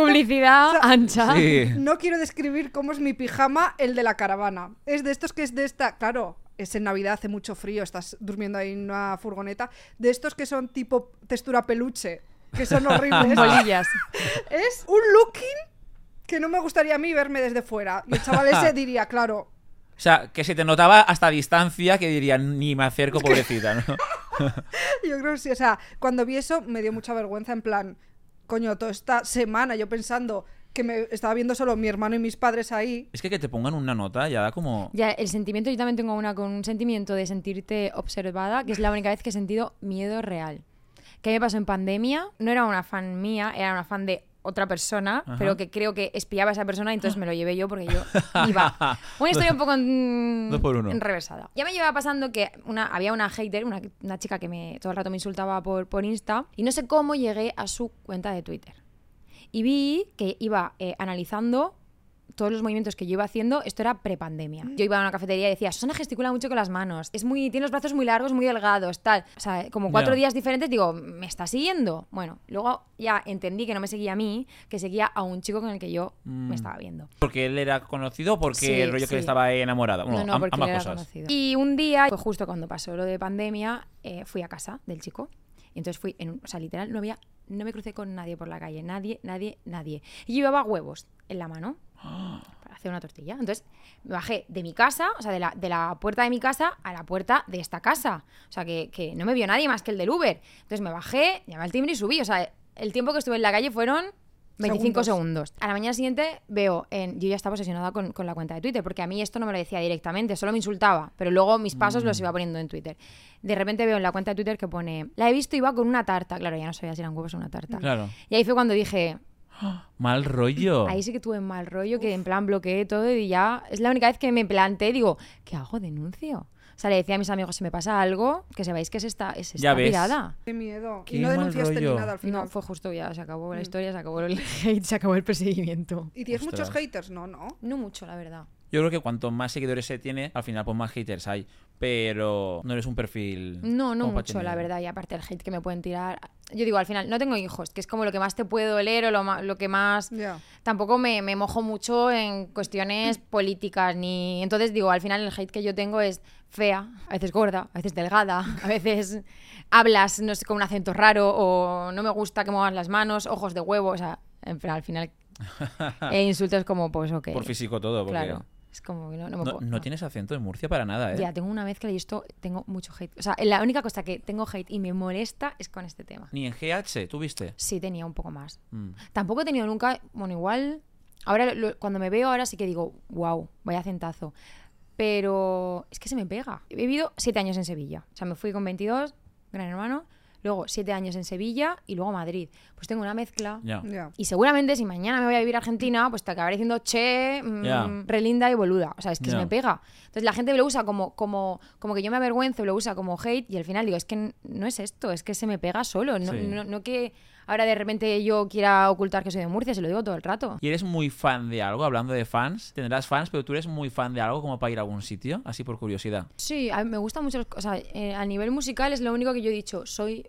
[SPEAKER 4] publicidad
[SPEAKER 2] o sea,
[SPEAKER 4] ancha.
[SPEAKER 3] Sí.
[SPEAKER 2] No quiero describir cómo es mi pijama, el de la caravana. Es de estos que es de esta. Claro, es en Navidad, hace mucho frío, estás durmiendo ahí en una furgoneta. De estos que son tipo textura peluche, que son horribles.
[SPEAKER 4] Bolillas.
[SPEAKER 2] es un looking que no me gustaría a mí verme desde fuera. Y el chaval ese diría, claro.
[SPEAKER 3] O sea, que se te notaba hasta a distancia que diría, ni me acerco, pobrecita, ¿no?
[SPEAKER 2] Yo creo que sí. O sea, cuando vi eso me dio mucha vergüenza, en plan, coño, toda esta semana yo pensando que me estaba viendo solo mi hermano y mis padres ahí.
[SPEAKER 3] Es que que te pongan una nota ya da como...
[SPEAKER 4] Ya, el sentimiento, yo también tengo una con un sentimiento de sentirte observada, que es la única vez que he sentido miedo real. Que me pasó en pandemia, no era una fan mía, era una fan de otra persona,
[SPEAKER 3] Ajá.
[SPEAKER 4] pero que creo que espiaba a esa persona y entonces me lo llevé yo porque yo iba. Una historia un poco mm,
[SPEAKER 3] Dos por uno.
[SPEAKER 4] enrevesada. Ya me llevaba pasando que una, había una hater, una, una chica que me, todo el rato me insultaba por, por Insta, y no sé cómo llegué a su cuenta de Twitter y vi que iba eh, analizando todos los movimientos que yo iba haciendo, esto era prepandemia. Yo iba a una cafetería y decía, Susana gesticula mucho con las manos, es muy, tiene los brazos muy largos, muy delgados, tal. O sea, como cuatro
[SPEAKER 3] Ya.
[SPEAKER 4] días diferentes, digo, ¿me está siguiendo? Bueno, luego ya entendí que no me seguía a mí, que seguía a un chico con el que yo me estaba viendo.
[SPEAKER 3] Porque él era conocido o porque
[SPEAKER 4] Sí,
[SPEAKER 3] el rollo
[SPEAKER 4] sí.
[SPEAKER 3] que él estaba enamorado. Bueno,
[SPEAKER 4] No, no,
[SPEAKER 3] am-
[SPEAKER 4] porque
[SPEAKER 3] ambas
[SPEAKER 4] le era
[SPEAKER 3] cosas.
[SPEAKER 4] conocido. Y un día, pues justo cuando pasó lo de pandemia, eh, fui a casa del chico. Y entonces fui, en, un- o sea, literal, no había, no me crucé con nadie por la calle. Nadie, nadie, nadie. Y yo llevaba huevos en la mano para hacer una tortilla. Entonces me bajé de mi casa, o sea, de la, de la puerta de mi casa a la puerta de esta casa. O sea, que, que no me vio nadie más que el del Uber. Entonces me bajé, llamé al timbre y subí. O sea, el tiempo que estuve en la calle fueron 25
[SPEAKER 2] Segundos.
[SPEAKER 4] segundos segundos. A la mañana siguiente veo en. Yo ya estaba obsesionada con, con la cuenta de Twitter, porque a mí esto no me lo decía directamente, solo me insultaba, pero luego mis pasos los iba poniendo en Twitter. De repente veo en la cuenta de Twitter que pone. La he visto y va con una tarta. Claro, ya no sabía si eran huevos o una tarta.
[SPEAKER 3] Claro. Oh.
[SPEAKER 4] Y ahí fue cuando dije.
[SPEAKER 3] Mal rollo.
[SPEAKER 4] Ahí sí que tuve mal rollo, que en plan bloqueé todo y ya. Es la única vez que me planteé, digo, ¿qué hago? ¿Denuncio? O sea, le decía a mis amigos, si me pasa algo, que sepáis que es esta, es
[SPEAKER 3] Ya
[SPEAKER 4] esta
[SPEAKER 3] ves.
[SPEAKER 4] pirada.
[SPEAKER 2] Qué miedo.
[SPEAKER 3] Qué
[SPEAKER 2] y no
[SPEAKER 3] mal
[SPEAKER 2] denunciaste ni
[SPEAKER 3] rollo.
[SPEAKER 2] nada al final.
[SPEAKER 4] No, Mm. fue justo ya, se acabó la historia, se acabó el hate, se acabó el perseguimiento.
[SPEAKER 2] ¿Y tienes muchos
[SPEAKER 3] Ostras.
[SPEAKER 2] haters? No, no.
[SPEAKER 4] No mucho, la verdad.
[SPEAKER 3] Yo creo que cuanto más seguidores se tiene, al final pues más haters hay. Pero no eres un perfil...
[SPEAKER 4] No, no
[SPEAKER 3] como para
[SPEAKER 4] mucho, la
[SPEAKER 3] tener-
[SPEAKER 4] verdad. Y aparte el hate que me pueden tirar. Yo digo, al final, no tengo hijos, que es como lo que más te puedo leer o lo, ma- lo que más.
[SPEAKER 2] Ya.
[SPEAKER 4] Tampoco me, me mojo mucho en cuestiones políticas ni. Entonces digo, al final el hate que yo tengo es fea, a veces gorda, a veces delgada, a veces hablas, no sé, con un acento raro o no me gusta que muevas las manos, ojos de huevo, o sea, en plan, al final. e insultos como, pues, ok.
[SPEAKER 3] Ah. Por físico todo, porque...
[SPEAKER 4] Claro. Es como que no, no me
[SPEAKER 3] No,
[SPEAKER 4] puedo-
[SPEAKER 3] no tienes acento en Murcia para nada, ¿eh?
[SPEAKER 4] ya, tengo una mezcla y esto tengo mucho hate. O sea, la única cosa que tengo hate y me molesta es con este tema.
[SPEAKER 3] Ni en GH, ¿tú viste?
[SPEAKER 4] Sí, tenía un poco más.
[SPEAKER 3] Mm.
[SPEAKER 4] Tampoco he tenido nunca, bueno, igual Ahora, lo- cuando me veo ahora sí que digo, wow, vaya centazo. Pero es que se me pega. He vivido siete años en Sevilla. O sea, me fui con 22, gran hermano, luego siete años en Sevilla y luego a Madrid. Pues tengo una mezcla.
[SPEAKER 3] Ya.
[SPEAKER 2] Ya.
[SPEAKER 4] Y seguramente si mañana me voy a vivir a Argentina, pues te acabaré diciendo che, mm,
[SPEAKER 3] Ya.
[SPEAKER 4] relinda y boluda. O sea, es que se
[SPEAKER 3] Ya.
[SPEAKER 4] me pega. Entonces la gente lo usa como, como, como que yo me avergüenzo, lo usa como hate y al final digo, es que n- no es esto, es que se me pega solo. No,
[SPEAKER 3] Sí.
[SPEAKER 4] no, no que ahora de repente yo quiera ocultar que soy de Murcia, se lo digo todo el rato.
[SPEAKER 3] ¿Y eres muy fan de algo? Hablando de fans, tendrás fans, pero tú eres muy fan de algo como para ir a algún sitio, así por curiosidad.
[SPEAKER 4] Sí, a mí me gusta mucho, los- o sea, eh, a nivel musical es lo único que yo he dicho, soy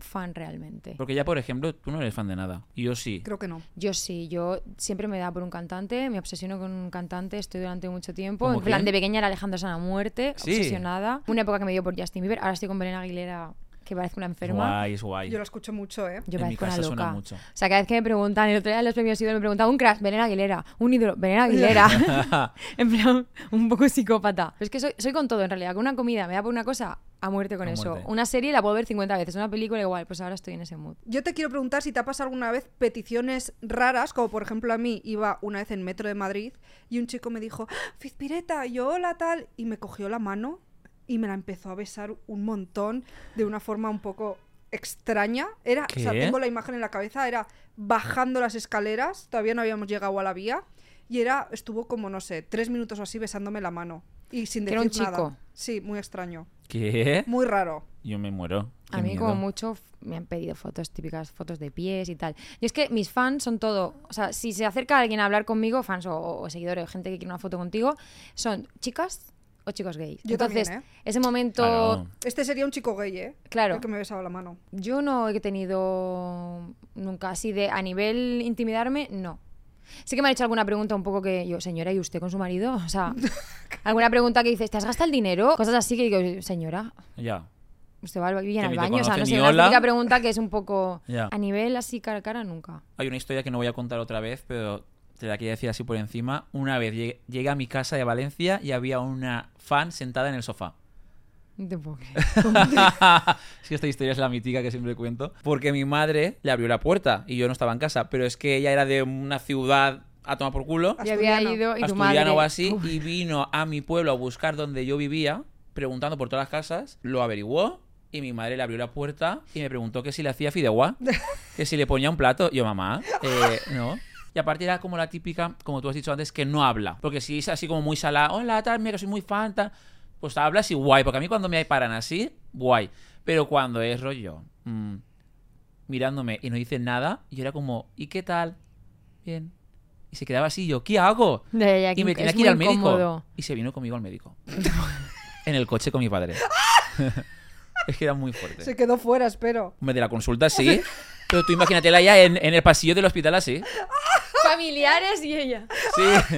[SPEAKER 4] fan realmente.
[SPEAKER 3] Porque ya, por ejemplo, tú no eres fan de nada. Y yo sí.
[SPEAKER 2] Creo que no.
[SPEAKER 4] Yo sí, yo siempre me da por un cantante, me obsesiono con un cantante, estoy durante mucho tiempo.
[SPEAKER 3] ¿Cómo
[SPEAKER 4] En plan,
[SPEAKER 3] quién?
[SPEAKER 4] de pequeña era Alejandro Sanamuerte,
[SPEAKER 3] Sí.
[SPEAKER 4] obsesionada. Una época que me dio por Justin Bieber, ahora estoy con Belén Aguilera, que parece una
[SPEAKER 3] Es
[SPEAKER 4] enferma.
[SPEAKER 3] guay, es guay.
[SPEAKER 2] Yo lo escucho mucho, ¿eh?
[SPEAKER 4] Yo
[SPEAKER 3] En mi
[SPEAKER 4] parezco una
[SPEAKER 3] casa suena
[SPEAKER 4] loca.
[SPEAKER 3] mucho.
[SPEAKER 4] O sea, cada vez que me preguntan, el otro día en los premios ídolos me preguntaban, un crash, Belén Aguilera, un ídolo, Belén Aguilera. en plan, un poco psicópata. Pero es que soy, soy con todo en realidad, con una comida me da por una cosa, a muerte con
[SPEAKER 3] A
[SPEAKER 4] eso.
[SPEAKER 3] muerte.
[SPEAKER 4] Una serie la puedo ver 50 veces, una película igual, pues ahora estoy en ese mood.
[SPEAKER 2] Yo te quiero preguntar si te ha pasado alguna vez peticiones raras, como por ejemplo a mí iba una vez en metro de Madrid y un chico me dijo, "¡Ah, Fizpireta, y yo hola tal, y me cogió la mano y me la empezó a besar un montón de una forma un poco extraña. Era, o sea,
[SPEAKER 3] ¿Qué?
[SPEAKER 2] tengo la imagen en la cabeza, era bajando las escaleras, todavía no habíamos llegado a la vía, y era, estuvo como, no sé, tres minutos o así besándome la mano. Y sin
[SPEAKER 4] Que
[SPEAKER 2] decir
[SPEAKER 4] era un
[SPEAKER 2] nada.
[SPEAKER 4] chico.
[SPEAKER 2] Sí, muy extraño.
[SPEAKER 3] ¿Qué?
[SPEAKER 2] Muy raro.
[SPEAKER 3] Yo me muero.
[SPEAKER 4] A
[SPEAKER 3] Qué
[SPEAKER 4] mí
[SPEAKER 3] miedo.
[SPEAKER 4] como mucho f- me han pedido fotos típicas, fotos de pies y tal. Y es que mis fans son todo, o sea, si se acerca alguien a hablar conmigo, fans o, o seguidores, o gente que quiere una foto contigo, son chicas o chicos gays.
[SPEAKER 2] Yo también,
[SPEAKER 4] Entonces,
[SPEAKER 2] ¿eh?
[SPEAKER 4] ese momento,
[SPEAKER 3] Claro.
[SPEAKER 2] Este sería un chico gay, ¿eh?
[SPEAKER 4] Claro.
[SPEAKER 2] El que me besaba la mano.
[SPEAKER 4] yo no he tenido nunca así de a nivel intimidarme, no. Sí que me han hecho alguna pregunta un poco que yo, señora, ¿y usted con su marido? O sea, alguna pregunta que dices, ¿te has gastado el dinero? Cosas así que digo, señora,
[SPEAKER 3] Ya.
[SPEAKER 4] Usted va bien
[SPEAKER 3] Que
[SPEAKER 4] al
[SPEAKER 3] ni te
[SPEAKER 4] baño, o sea,
[SPEAKER 3] conoce
[SPEAKER 4] no
[SPEAKER 3] ni
[SPEAKER 4] sé, una
[SPEAKER 3] hola.
[SPEAKER 4] típica pregunta que es un poco
[SPEAKER 3] Ya.
[SPEAKER 4] a nivel así cara a cara nunca.
[SPEAKER 3] Hay una historia que no voy a contar otra vez, pero te la quería decir así por encima. Una vez llegué, llegué a mi casa de Valencia y había una fan sentada en el sofá.
[SPEAKER 4] No te puedo creer.
[SPEAKER 3] es que esta historia es la mítica que siempre cuento. Porque mi madre le abrió la puerta y yo no estaba en casa, pero es que ella era de una ciudad a tomar por culo.
[SPEAKER 4] Yo había
[SPEAKER 2] Asturiano.
[SPEAKER 4] ido y tu madre.
[SPEAKER 3] asturiano o así,
[SPEAKER 4] Uf,
[SPEAKER 3] y vino a mi pueblo a buscar donde yo vivía, preguntando por todas las casas, lo averiguó y mi madre le abrió la puerta y me preguntó que si le hacía fideuá, que si le ponía un plato. Yo, mamá, eh, no. Y aparte era como la típica, como tú has dicho antes, que no habla. Porque si es así como muy salada, hola, tal, mira, que soy muy fan, tal, pues hablas y guay. Porque a mí cuando me paran así, guay. Pero cuando es rollo, mm, mirándome y no dice nada, yo era como, ¿y qué tal? Bien. Y se quedaba así, yo, ¿qué hago?
[SPEAKER 4] ya, ya, ya,
[SPEAKER 3] Y me
[SPEAKER 4] es
[SPEAKER 3] tenía que
[SPEAKER 4] muy
[SPEAKER 3] ir al médico.
[SPEAKER 4] incómodo.
[SPEAKER 3] Y se vino conmigo al médico. en el coche con mi padre. es que era muy fuerte.
[SPEAKER 2] Se quedó fuera, espero.
[SPEAKER 3] Hombre, de la consulta sí. Pero tú imagínatela ya en, en el pasillo del hospital así.
[SPEAKER 4] Familiares y ella.
[SPEAKER 3] Sí.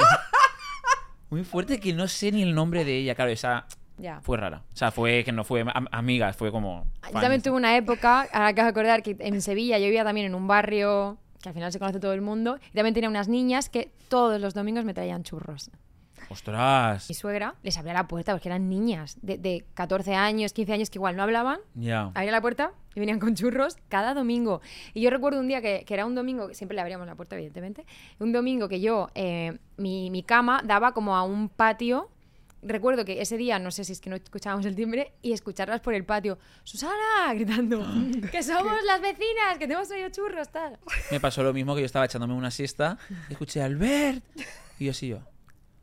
[SPEAKER 3] muy fuerte que no sé ni el nombre de ella. Claro, esa
[SPEAKER 4] Ya.
[SPEAKER 3] fue rara. O sea, fue que no fue am- amiga, fue como.
[SPEAKER 4] Yo
[SPEAKER 3] fan.
[SPEAKER 4] también tuve una época, ahora que os acordar, que en Sevilla yo vivía también en un barrio que al final se conoce todo el mundo, y también tenía unas niñas que todos los domingos me traían churros.
[SPEAKER 3] Ostras.
[SPEAKER 4] Mi suegra les abría la puerta porque eran niñas de, de 14 años, 15 años que igual no hablaban,
[SPEAKER 3] Ya.
[SPEAKER 4] abría la puerta y venían con churros cada domingo. Y yo recuerdo un día que, que era un domingo, que siempre le abríamos la puerta, evidentemente, un domingo que yo, eh, mi, mi cama daba como a un patio. Recuerdo que ese día, no sé si es que no escuchábamos el timbre, y escucharlas por el patio, Susana, gritando,
[SPEAKER 3] Ah,
[SPEAKER 4] que somos las vecinas, que te hemos traído churros, tal.
[SPEAKER 3] Me pasó lo mismo que yo estaba echándome una siesta y escuché Albert. Y yo así yo,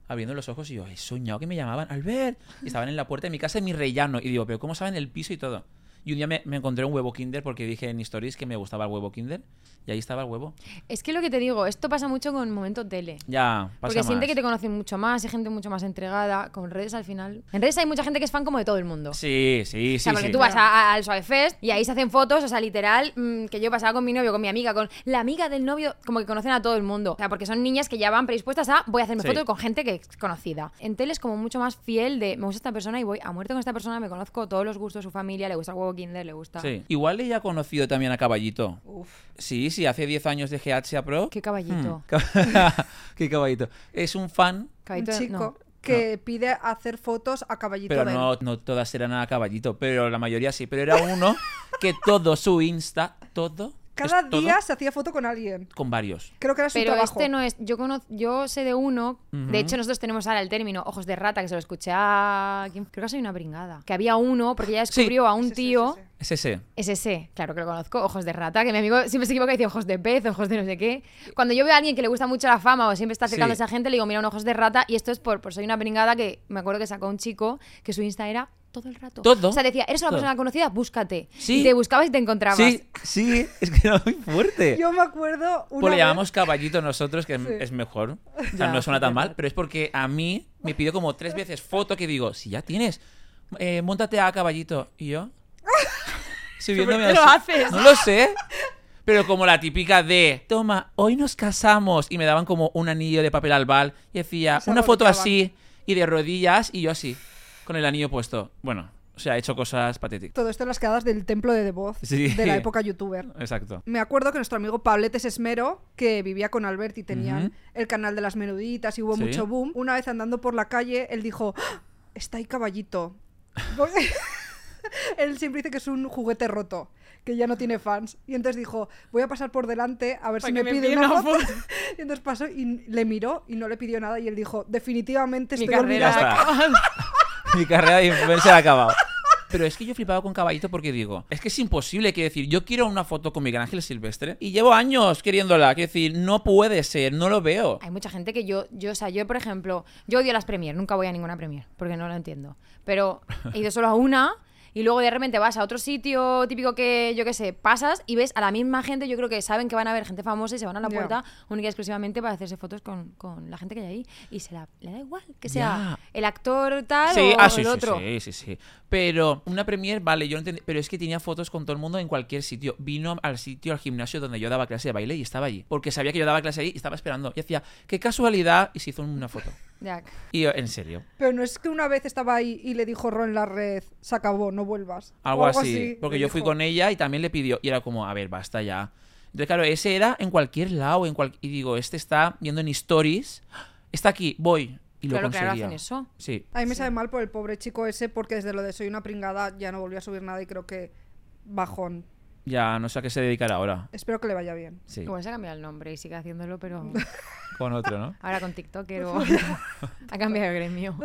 [SPEAKER 3] abriendo los ojos y yo, he soñado que me llamaban Albert. Y estaban en la puerta de mi casa en mi rellano. Y digo, pero ¿cómo saben el piso y todo? Y un día me, me encontré un huevo kinder porque dije en stories que me gustaba el huevo kinder. Y ahí estaba el huevo.
[SPEAKER 4] Es que lo que te digo, esto pasa mucho con momentos tele.
[SPEAKER 3] Ya, pasa
[SPEAKER 4] Porque siente
[SPEAKER 3] más.
[SPEAKER 4] que te conocen mucho más, hay gente mucho más entregada, con redes al final. En redes hay mucha gente que es fan como de todo el mundo.
[SPEAKER 3] Sí, sí, sí.
[SPEAKER 4] O sea, porque
[SPEAKER 3] sí.
[SPEAKER 4] tú vas a- a- al Suave Fest y ahí se hacen fotos, o sea, literal, mm, que yo pasaba con mi novio, con mi amiga, con la amiga del novio, como que conocen a todo el mundo. O sea, porque son niñas que ya van predispuestas a voy a hacerme
[SPEAKER 3] Sí.
[SPEAKER 4] fotos con gente que es conocida. En tele es como mucho más fiel de me gusta esta persona y voy a muerte con esta persona, me conozco todos los gustos, su familia, le gusta el huevo kinder, le gusta...
[SPEAKER 3] Sí. Igual ella ha conocido también a Caballito.
[SPEAKER 2] Uf.
[SPEAKER 3] Sí, sí, hace 10 años de GH a Pro.
[SPEAKER 4] Qué caballito.
[SPEAKER 3] Hmm. Qué caballito. Es un fan
[SPEAKER 4] Caballito,
[SPEAKER 2] un
[SPEAKER 4] no.
[SPEAKER 2] chico que pide hacer fotos a caballito
[SPEAKER 3] Pero
[SPEAKER 2] de
[SPEAKER 3] no, no todas eran a caballito, pero la mayoría sí. Pero era uno que todo su Insta, todo
[SPEAKER 2] Cada
[SPEAKER 3] Es todo
[SPEAKER 2] día se hacía foto con alguien.
[SPEAKER 3] con varios.
[SPEAKER 2] Creo que era su
[SPEAKER 4] Pero
[SPEAKER 2] trabajo.
[SPEAKER 4] este no es. Yo conoz- yo sé de uno.
[SPEAKER 3] Ujú.
[SPEAKER 4] De hecho, nosotros tenemos ahora el término ojos de rata, que se lo escuché a. ¿quién? Creo que soy una pringada. Que había uno, porque ella descubrió a un
[SPEAKER 2] Sí, sí,
[SPEAKER 4] tío.
[SPEAKER 2] sí, sí.
[SPEAKER 3] Es ese.
[SPEAKER 4] Es ese, claro que lo conozco, ojos de rata, que mi amigo siempre se equivoca y dice ojos de pez, ojos de no sé qué. Cuando yo veo a alguien que le gusta mucho la fama o siempre está acercándose
[SPEAKER 3] Sí.
[SPEAKER 4] a gente, le digo, mira, un ojos de rata, y esto es por, por soy una pringada que me acuerdo que sacó un chico que su Insta era todo el rato.
[SPEAKER 3] Todo.
[SPEAKER 4] O sea, decía, eres una
[SPEAKER 3] Todo.
[SPEAKER 4] persona conocida, búscate.
[SPEAKER 3] Sí.
[SPEAKER 4] Y te buscabas y te encontrabas.
[SPEAKER 3] Sí, sí, es que era muy fuerte.
[SPEAKER 2] Yo me acuerdo una
[SPEAKER 3] Pues le
[SPEAKER 2] vez-
[SPEAKER 3] llamamos caballito nosotros, que es-
[SPEAKER 2] Sí.
[SPEAKER 3] es mejor. O sea,
[SPEAKER 4] Ya,
[SPEAKER 3] no suena tan
[SPEAKER 4] es
[SPEAKER 3] mal,
[SPEAKER 4] verdad.
[SPEAKER 3] pero es porque a mí me pidió como tres veces foto que digo, si ya tienes, eh, móntate a caballito. Y yo, subiéndome
[SPEAKER 4] ¿Por qué lo
[SPEAKER 3] así,
[SPEAKER 4] haces?
[SPEAKER 3] No lo sé. Pero como la típica de, toma, hoy nos casamos. Y me daban como un anillo de papel albal y decía,
[SPEAKER 2] Se
[SPEAKER 3] una foto
[SPEAKER 2] abrochaban.
[SPEAKER 3] así y de rodillas y yo así, con el anillo puesto. Bueno, o sea, he hecho cosas patéticas.
[SPEAKER 2] Todo esto en las quedadas del templo de The Voz,
[SPEAKER 3] Sí.
[SPEAKER 2] de la época youtuber.
[SPEAKER 3] Exacto.
[SPEAKER 2] Me acuerdo que nuestro amigo Pabletes Esmero, que vivía con Albert y tenían
[SPEAKER 3] Ujú.
[SPEAKER 2] el canal de las menuditas y hubo
[SPEAKER 3] Sí.
[SPEAKER 2] mucho boom, una vez andando por la calle, él dijo, "¡Ah! está ahí caballito. él siempre dice que es un juguete roto, que ya no tiene fans. Y entonces dijo, voy a pasar por delante a ver
[SPEAKER 4] Pa'
[SPEAKER 2] si
[SPEAKER 4] que
[SPEAKER 2] me,
[SPEAKER 4] me
[SPEAKER 2] pide
[SPEAKER 4] pida
[SPEAKER 2] una
[SPEAKER 4] una
[SPEAKER 2] foto.
[SPEAKER 4] foto.
[SPEAKER 2] y entonces pasó y le miró y no le pidió nada y él dijo, definitivamente
[SPEAKER 4] Mi
[SPEAKER 2] estoy
[SPEAKER 4] carrera.
[SPEAKER 2] olvidada".
[SPEAKER 3] Mi carrera de influencer ha acabado. Pero es que yo flipaba con Caballito porque digo, es que es imposible, quiero decir, yo quiero una foto con Miguel Ángel Silvestre y llevo años queriéndola, quiero decir, no puede ser, no lo veo.
[SPEAKER 4] Hay mucha gente que yo, yo, o sea, yo, por ejemplo, yo odio las premier, nunca voy a ninguna premier, porque no lo entiendo. Pero he ido solo a una y luego de repente vas a otro sitio típico que, yo qué sé, pasas y ves a la misma gente, yo creo que saben que van a ver gente famosa y se van a la
[SPEAKER 2] Ya.
[SPEAKER 4] puerta única y exclusivamente para hacerse fotos con, con la gente que hay ahí. Y se la, le da igual que sea
[SPEAKER 3] Ya.
[SPEAKER 4] el actor tal
[SPEAKER 3] Sí,
[SPEAKER 4] o
[SPEAKER 3] ah,
[SPEAKER 4] el
[SPEAKER 3] sí, sí,
[SPEAKER 4] otro.
[SPEAKER 3] sí, sí, sí. Pero una premier, vale, yo no entendí, pero es que tenía fotos con todo el mundo en cualquier sitio. Vino al sitio, al gimnasio donde yo daba clase de baile y estaba allí, porque sabía que yo daba clase allí y estaba esperando. Y decía, qué casualidad, y se hizo una foto.
[SPEAKER 4] Ya.
[SPEAKER 3] Y yo, en serio,
[SPEAKER 2] Pero no es que una vez estaba ahí y le dijo Ron la red, se acabó, no vuelvas. O
[SPEAKER 3] Algo, así. Porque
[SPEAKER 2] le
[SPEAKER 3] yo fui
[SPEAKER 2] dijo.
[SPEAKER 3] con ella y también le pidió. Y era como, a ver, basta ya. Entonces, claro, ese era en cualquier lado. En cual... Y digo, este está viendo en stories. Está aquí, voy. Y lo
[SPEAKER 4] Claro, claro,
[SPEAKER 3] conseguía.
[SPEAKER 4] hacen eso.
[SPEAKER 3] Sí.
[SPEAKER 2] A mí me sabe mal por el pobre chico ese porque desde lo de soy una pringada ya no volví a subir nada y creo que bajón.
[SPEAKER 3] Ya no sé a qué se dedicará ahora.
[SPEAKER 2] Espero que le vaya bien.
[SPEAKER 3] Sí.
[SPEAKER 4] Igual se ha cambiado el nombre y sigue haciéndolo, pero
[SPEAKER 3] Con otro, ¿no?
[SPEAKER 4] Ahora con TikToker o... ha cambiado de gremio.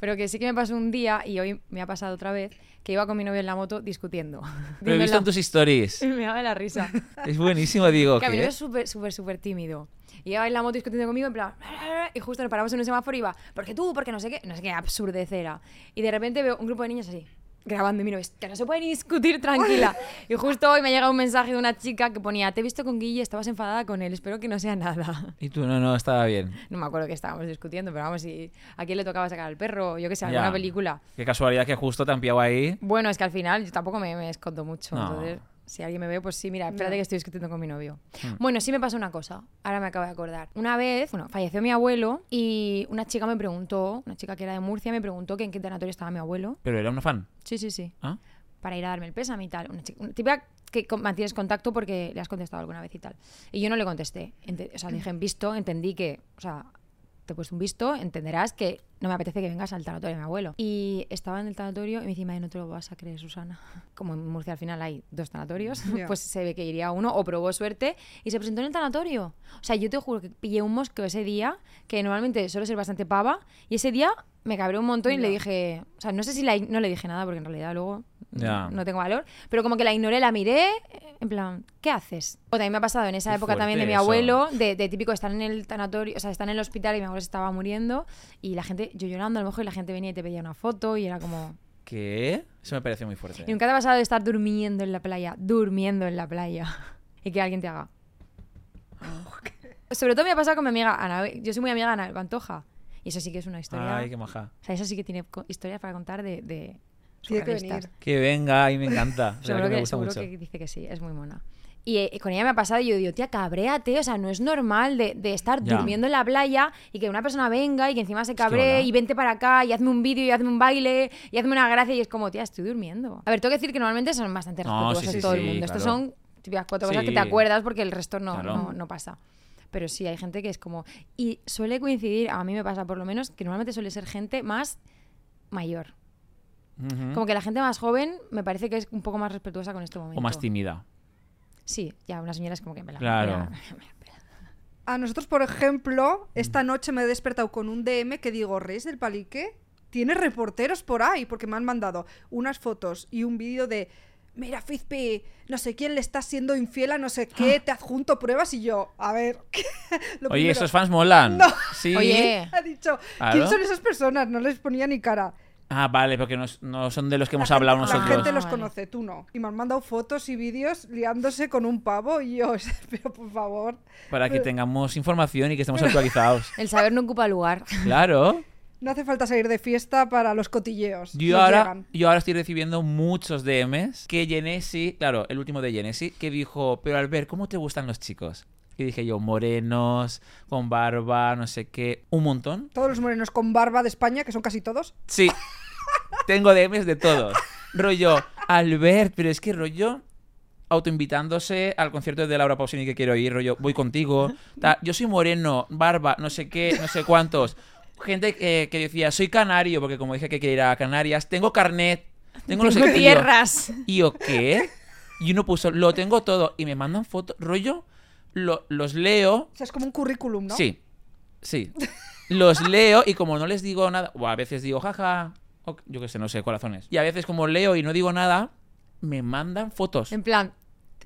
[SPEAKER 4] Pero que sí que me pasó un día, y hoy me ha pasado otra vez, que iba con mi novio en la moto discutiendo.
[SPEAKER 3] Lo he visto en tus stories.
[SPEAKER 4] Y me daba la risa.
[SPEAKER 3] Es buenísimo, digo.
[SPEAKER 4] Que mi
[SPEAKER 3] ¿qué?
[SPEAKER 4] novio es súper, súper, súper tímido. Y iba en la moto discutiendo conmigo en plan... Y justo nos paramos en un semáforo y iba, porque tú, porque no sé qué, no sé qué absurdecera. Y de repente veo un grupo de niños así, grabando y miro, es que no se pueden discutir tranquila. Y justo hoy me ha llegado un mensaje de una chica que ponía, te he visto con Guille, estabas enfadada con él, espero que no sea nada.
[SPEAKER 3] Y tú, no, no, estaba bien.
[SPEAKER 4] No me acuerdo que estábamos discutiendo, pero vamos, si a quién le tocaba sacar al perro, yo que sé, alguna
[SPEAKER 3] Ya.
[SPEAKER 4] película.
[SPEAKER 3] Qué casualidad que justo te han pillado ahí.
[SPEAKER 4] Bueno, es que al final yo tampoco me, me escondo mucho.
[SPEAKER 3] No.
[SPEAKER 4] Entonces, si alguien me ve, pues sí, mira, espérate
[SPEAKER 2] No.
[SPEAKER 4] que estoy discutiendo con mi novio.
[SPEAKER 3] Hmm.
[SPEAKER 4] Bueno, sí me pasó una cosa, ahora me acabo de acordar. Una vez, bueno, falleció mi abuelo y una chica me preguntó, una chica que era de Murcia, me preguntó que en qué internatorio estaba mi abuelo.
[SPEAKER 3] Pero era una fan.
[SPEAKER 4] Sí, sí, sí.
[SPEAKER 3] ¿Ah?
[SPEAKER 4] para ir a darme el pésame y tal. Una, chica, una típica que con- mantienes contacto porque le has contestado alguna vez y tal. Y yo no le contesté. Ente- o sea, le dije
[SPEAKER 2] Mm.
[SPEAKER 4] en visto, entendí que, o sea, te he puesto un visto, entenderás que no me apetece que vengas al tanatorio de mi abuelo. Y estaba en el tanatorio y me decía, madre, no te lo vas a creer, Susana. Como en Murcia al final hay dos tanatorios,
[SPEAKER 2] Ya.
[SPEAKER 4] pues se ve que iría a uno o probó suerte y se presentó en el tanatorio. O sea, yo te juro que pillé un mosqueo ese día, que normalmente suelo ser bastante pava, y ese día me cabré un montón y
[SPEAKER 2] Ya.
[SPEAKER 4] le dije, o sea, no sé si la ign- no le dije nada porque en realidad luego
[SPEAKER 3] Ya.
[SPEAKER 4] Mm, no tengo valor, pero como que la ignoré, la miré, eh, en plan, ¿qué haces? O también me ha pasado en esa
[SPEAKER 3] Qué
[SPEAKER 4] época
[SPEAKER 3] fuerte
[SPEAKER 4] también de mi
[SPEAKER 3] eso.
[SPEAKER 4] abuelo, de, de típico estar en el tanatorio, o sea, estar en el hospital y mi abuelo se estaba muriendo y la gente, yo llorando a lo mejor, y la gente venía y te pedía una foto y era como...
[SPEAKER 3] ¿Qué? Eso me pareció muy fuerte.
[SPEAKER 4] ¿Y nunca te ha pasado de estar durmiendo en la playa, durmiendo en la playa y que alguien te haga?
[SPEAKER 3] Ah.
[SPEAKER 4] Sobre todo me ha pasado con mi amiga Ana, yo soy muy amiga de Ana Pantoja y eso sí que es una historia...
[SPEAKER 3] Ay, qué maja.
[SPEAKER 4] O sea, eso sí que tiene co- historias para contar de... de
[SPEAKER 2] Tiene que
[SPEAKER 4] surrealistas.
[SPEAKER 2] venir.
[SPEAKER 3] Que venga, ay, me encanta. De verdad que
[SPEAKER 4] Seguro, que,
[SPEAKER 3] me gusta
[SPEAKER 4] seguro
[SPEAKER 3] mucho.
[SPEAKER 4] que dice que sí, es muy mona. Y eh, con ella me ha pasado y yo digo, tía, cabréate, o sea, no es normal de, de estar
[SPEAKER 3] Ya.
[SPEAKER 4] durmiendo en la playa y que una persona venga y que encima se
[SPEAKER 3] que
[SPEAKER 4] cabree
[SPEAKER 3] hola.
[SPEAKER 4] y vente para acá y hazme un vídeo y hazme un baile y hazme una gracia y es como, tía, estoy durmiendo. A ver, tengo que decir que normalmente son bastante
[SPEAKER 3] No,
[SPEAKER 4] respetuosos
[SPEAKER 3] sí, sí,
[SPEAKER 4] todo el
[SPEAKER 3] sí,
[SPEAKER 4] mundo. Estos
[SPEAKER 3] claro.
[SPEAKER 4] son típicas cuatro cosas que te
[SPEAKER 3] Sí.
[SPEAKER 4] acuerdas porque el resto no,
[SPEAKER 3] Claro.
[SPEAKER 4] no, no pasa. Pero sí, hay gente que es como... Y suele coincidir, a mí me pasa por lo menos, que normalmente suele ser gente más mayor.
[SPEAKER 3] Ujú.
[SPEAKER 4] Como que la gente más joven me parece que es un poco más respetuosa con este momento.
[SPEAKER 3] O más tímida.
[SPEAKER 4] Sí, ya una señora es como que me la
[SPEAKER 3] Claro.
[SPEAKER 4] me la- me la pela.
[SPEAKER 2] A nosotros, por ejemplo, esta noche me he despertado con un DM que digo, Reyes del Palique, tiene reporteros por ahí, porque me han mandado unas fotos y un vídeo de, mira, Fizpi, no sé quién le está siendo infiel a no sé qué, te adjunto pruebas y yo, a ver, lo
[SPEAKER 3] Ah. Oye,
[SPEAKER 2] primero,
[SPEAKER 3] esos fans molan.
[SPEAKER 2] No.
[SPEAKER 3] Sí.
[SPEAKER 4] Oye.
[SPEAKER 2] ha dicho,
[SPEAKER 3] Claro.
[SPEAKER 2] ¿quién son esas personas? No les ponía ni cara.
[SPEAKER 3] Ah, vale, porque no, no son de los que hemos
[SPEAKER 2] La
[SPEAKER 3] hablado
[SPEAKER 2] gente-
[SPEAKER 3] nosotros.
[SPEAKER 2] La gente
[SPEAKER 4] Ah,
[SPEAKER 2] los
[SPEAKER 4] vale.
[SPEAKER 2] conoce, tú no. Y me han mandado fotos y vídeos liándose con un pavo y yo, pero por favor.
[SPEAKER 3] Para que tengamos información y que estemos actualizados.
[SPEAKER 4] El saber no ocupa lugar.
[SPEAKER 3] Claro.
[SPEAKER 2] No hace falta salir de fiesta para los cotilleos.
[SPEAKER 3] Yo
[SPEAKER 2] Nos
[SPEAKER 3] ahora,
[SPEAKER 2] llegan.
[SPEAKER 3] yo ahora estoy recibiendo muchos DMs que Genesi, claro, el último de Genesi, que dijo, pero Albert, ¿cómo te gustan los chicos? Y dije yo, morenos, con barba, no sé qué, un montón.
[SPEAKER 2] Todos los morenos con barba de España, que son casi todos.
[SPEAKER 3] Sí, tengo DMs de todos. Rollo, Albert, pero es que rollo autoinvitándose al concierto de Laura Pausini que quiero ir, rollo, voy contigo. tal, yo soy moreno, barba, no sé qué, no sé cuántos. Gente eh, que decía, soy canario, porque como dije que quería ir a Canarias, tengo carnet, tengo, no sé
[SPEAKER 4] Tengo
[SPEAKER 3] qué, y yo,
[SPEAKER 4] tierras.
[SPEAKER 3] ¿Y yo qué? Y uno puso, lo tengo todo. Y me mandan fotos, rollo, lo- los leo.
[SPEAKER 2] O sea, es como un currículum, ¿no?
[SPEAKER 3] Sí, sí. Los leo y como no les digo nada, o a veces digo, jaja, o yo qué sé, no sé, corazones. Y a veces como leo y no digo nada, me mandan fotos.
[SPEAKER 4] En plan,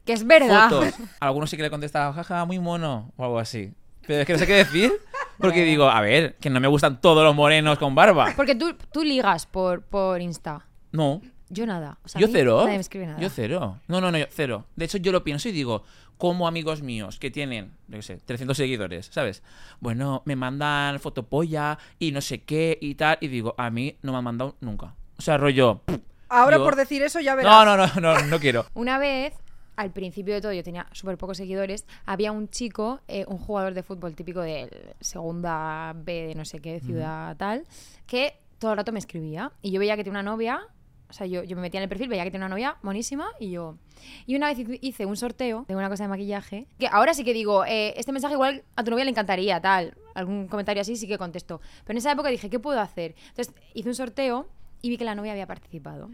[SPEAKER 4] que es verdad.
[SPEAKER 3] Fotos. Algunos sí que le contestaba, jaja, muy mono, o algo así. Pero es que no sé qué decir. Porque
[SPEAKER 4] Bueno.
[SPEAKER 3] digo, a ver, que no me gustan todos los morenos con barba.
[SPEAKER 4] Porque tú, tú ligas por, por Insta.
[SPEAKER 3] No,
[SPEAKER 4] Yo nada. O sea, Pues a
[SPEAKER 3] yo
[SPEAKER 4] mí
[SPEAKER 3] cero.
[SPEAKER 4] Nadie me escribe nada.
[SPEAKER 3] Yo cero. No, no, no, yo cero. De hecho, yo lo pienso y digo, como amigos míos que tienen, yo qué sé, 300 seguidores, ¿sabes? Bueno, me mandan fotopolla y no sé qué y tal. Y digo, a mí no me han mandado nunca. O sea, rollo. pff,
[SPEAKER 2] Ahora
[SPEAKER 3] yo-
[SPEAKER 2] por decir eso ya verás.
[SPEAKER 3] No, no, no, no, no quiero.
[SPEAKER 4] Una vez, al principio de todo, yo tenía súper pocos seguidores, había un chico, eh, un jugador de fútbol típico de segunda B de no sé qué ciudad tal, que todo el rato me escribía. Y yo veía que tiene una novia, o sea, yo, yo me metía en el perfil, veía que tiene una novia buenísima y yo... Y una vez hice- hice un sorteo de una cosa de maquillaje, que ahora sí que digo, eh, este mensaje igual a tu novia le encantaría, tal, algún comentario así sí que contesto. Pero en esa época dije, ¿qué puedo hacer? Entonces hice un sorteo y vi que la novia había participado.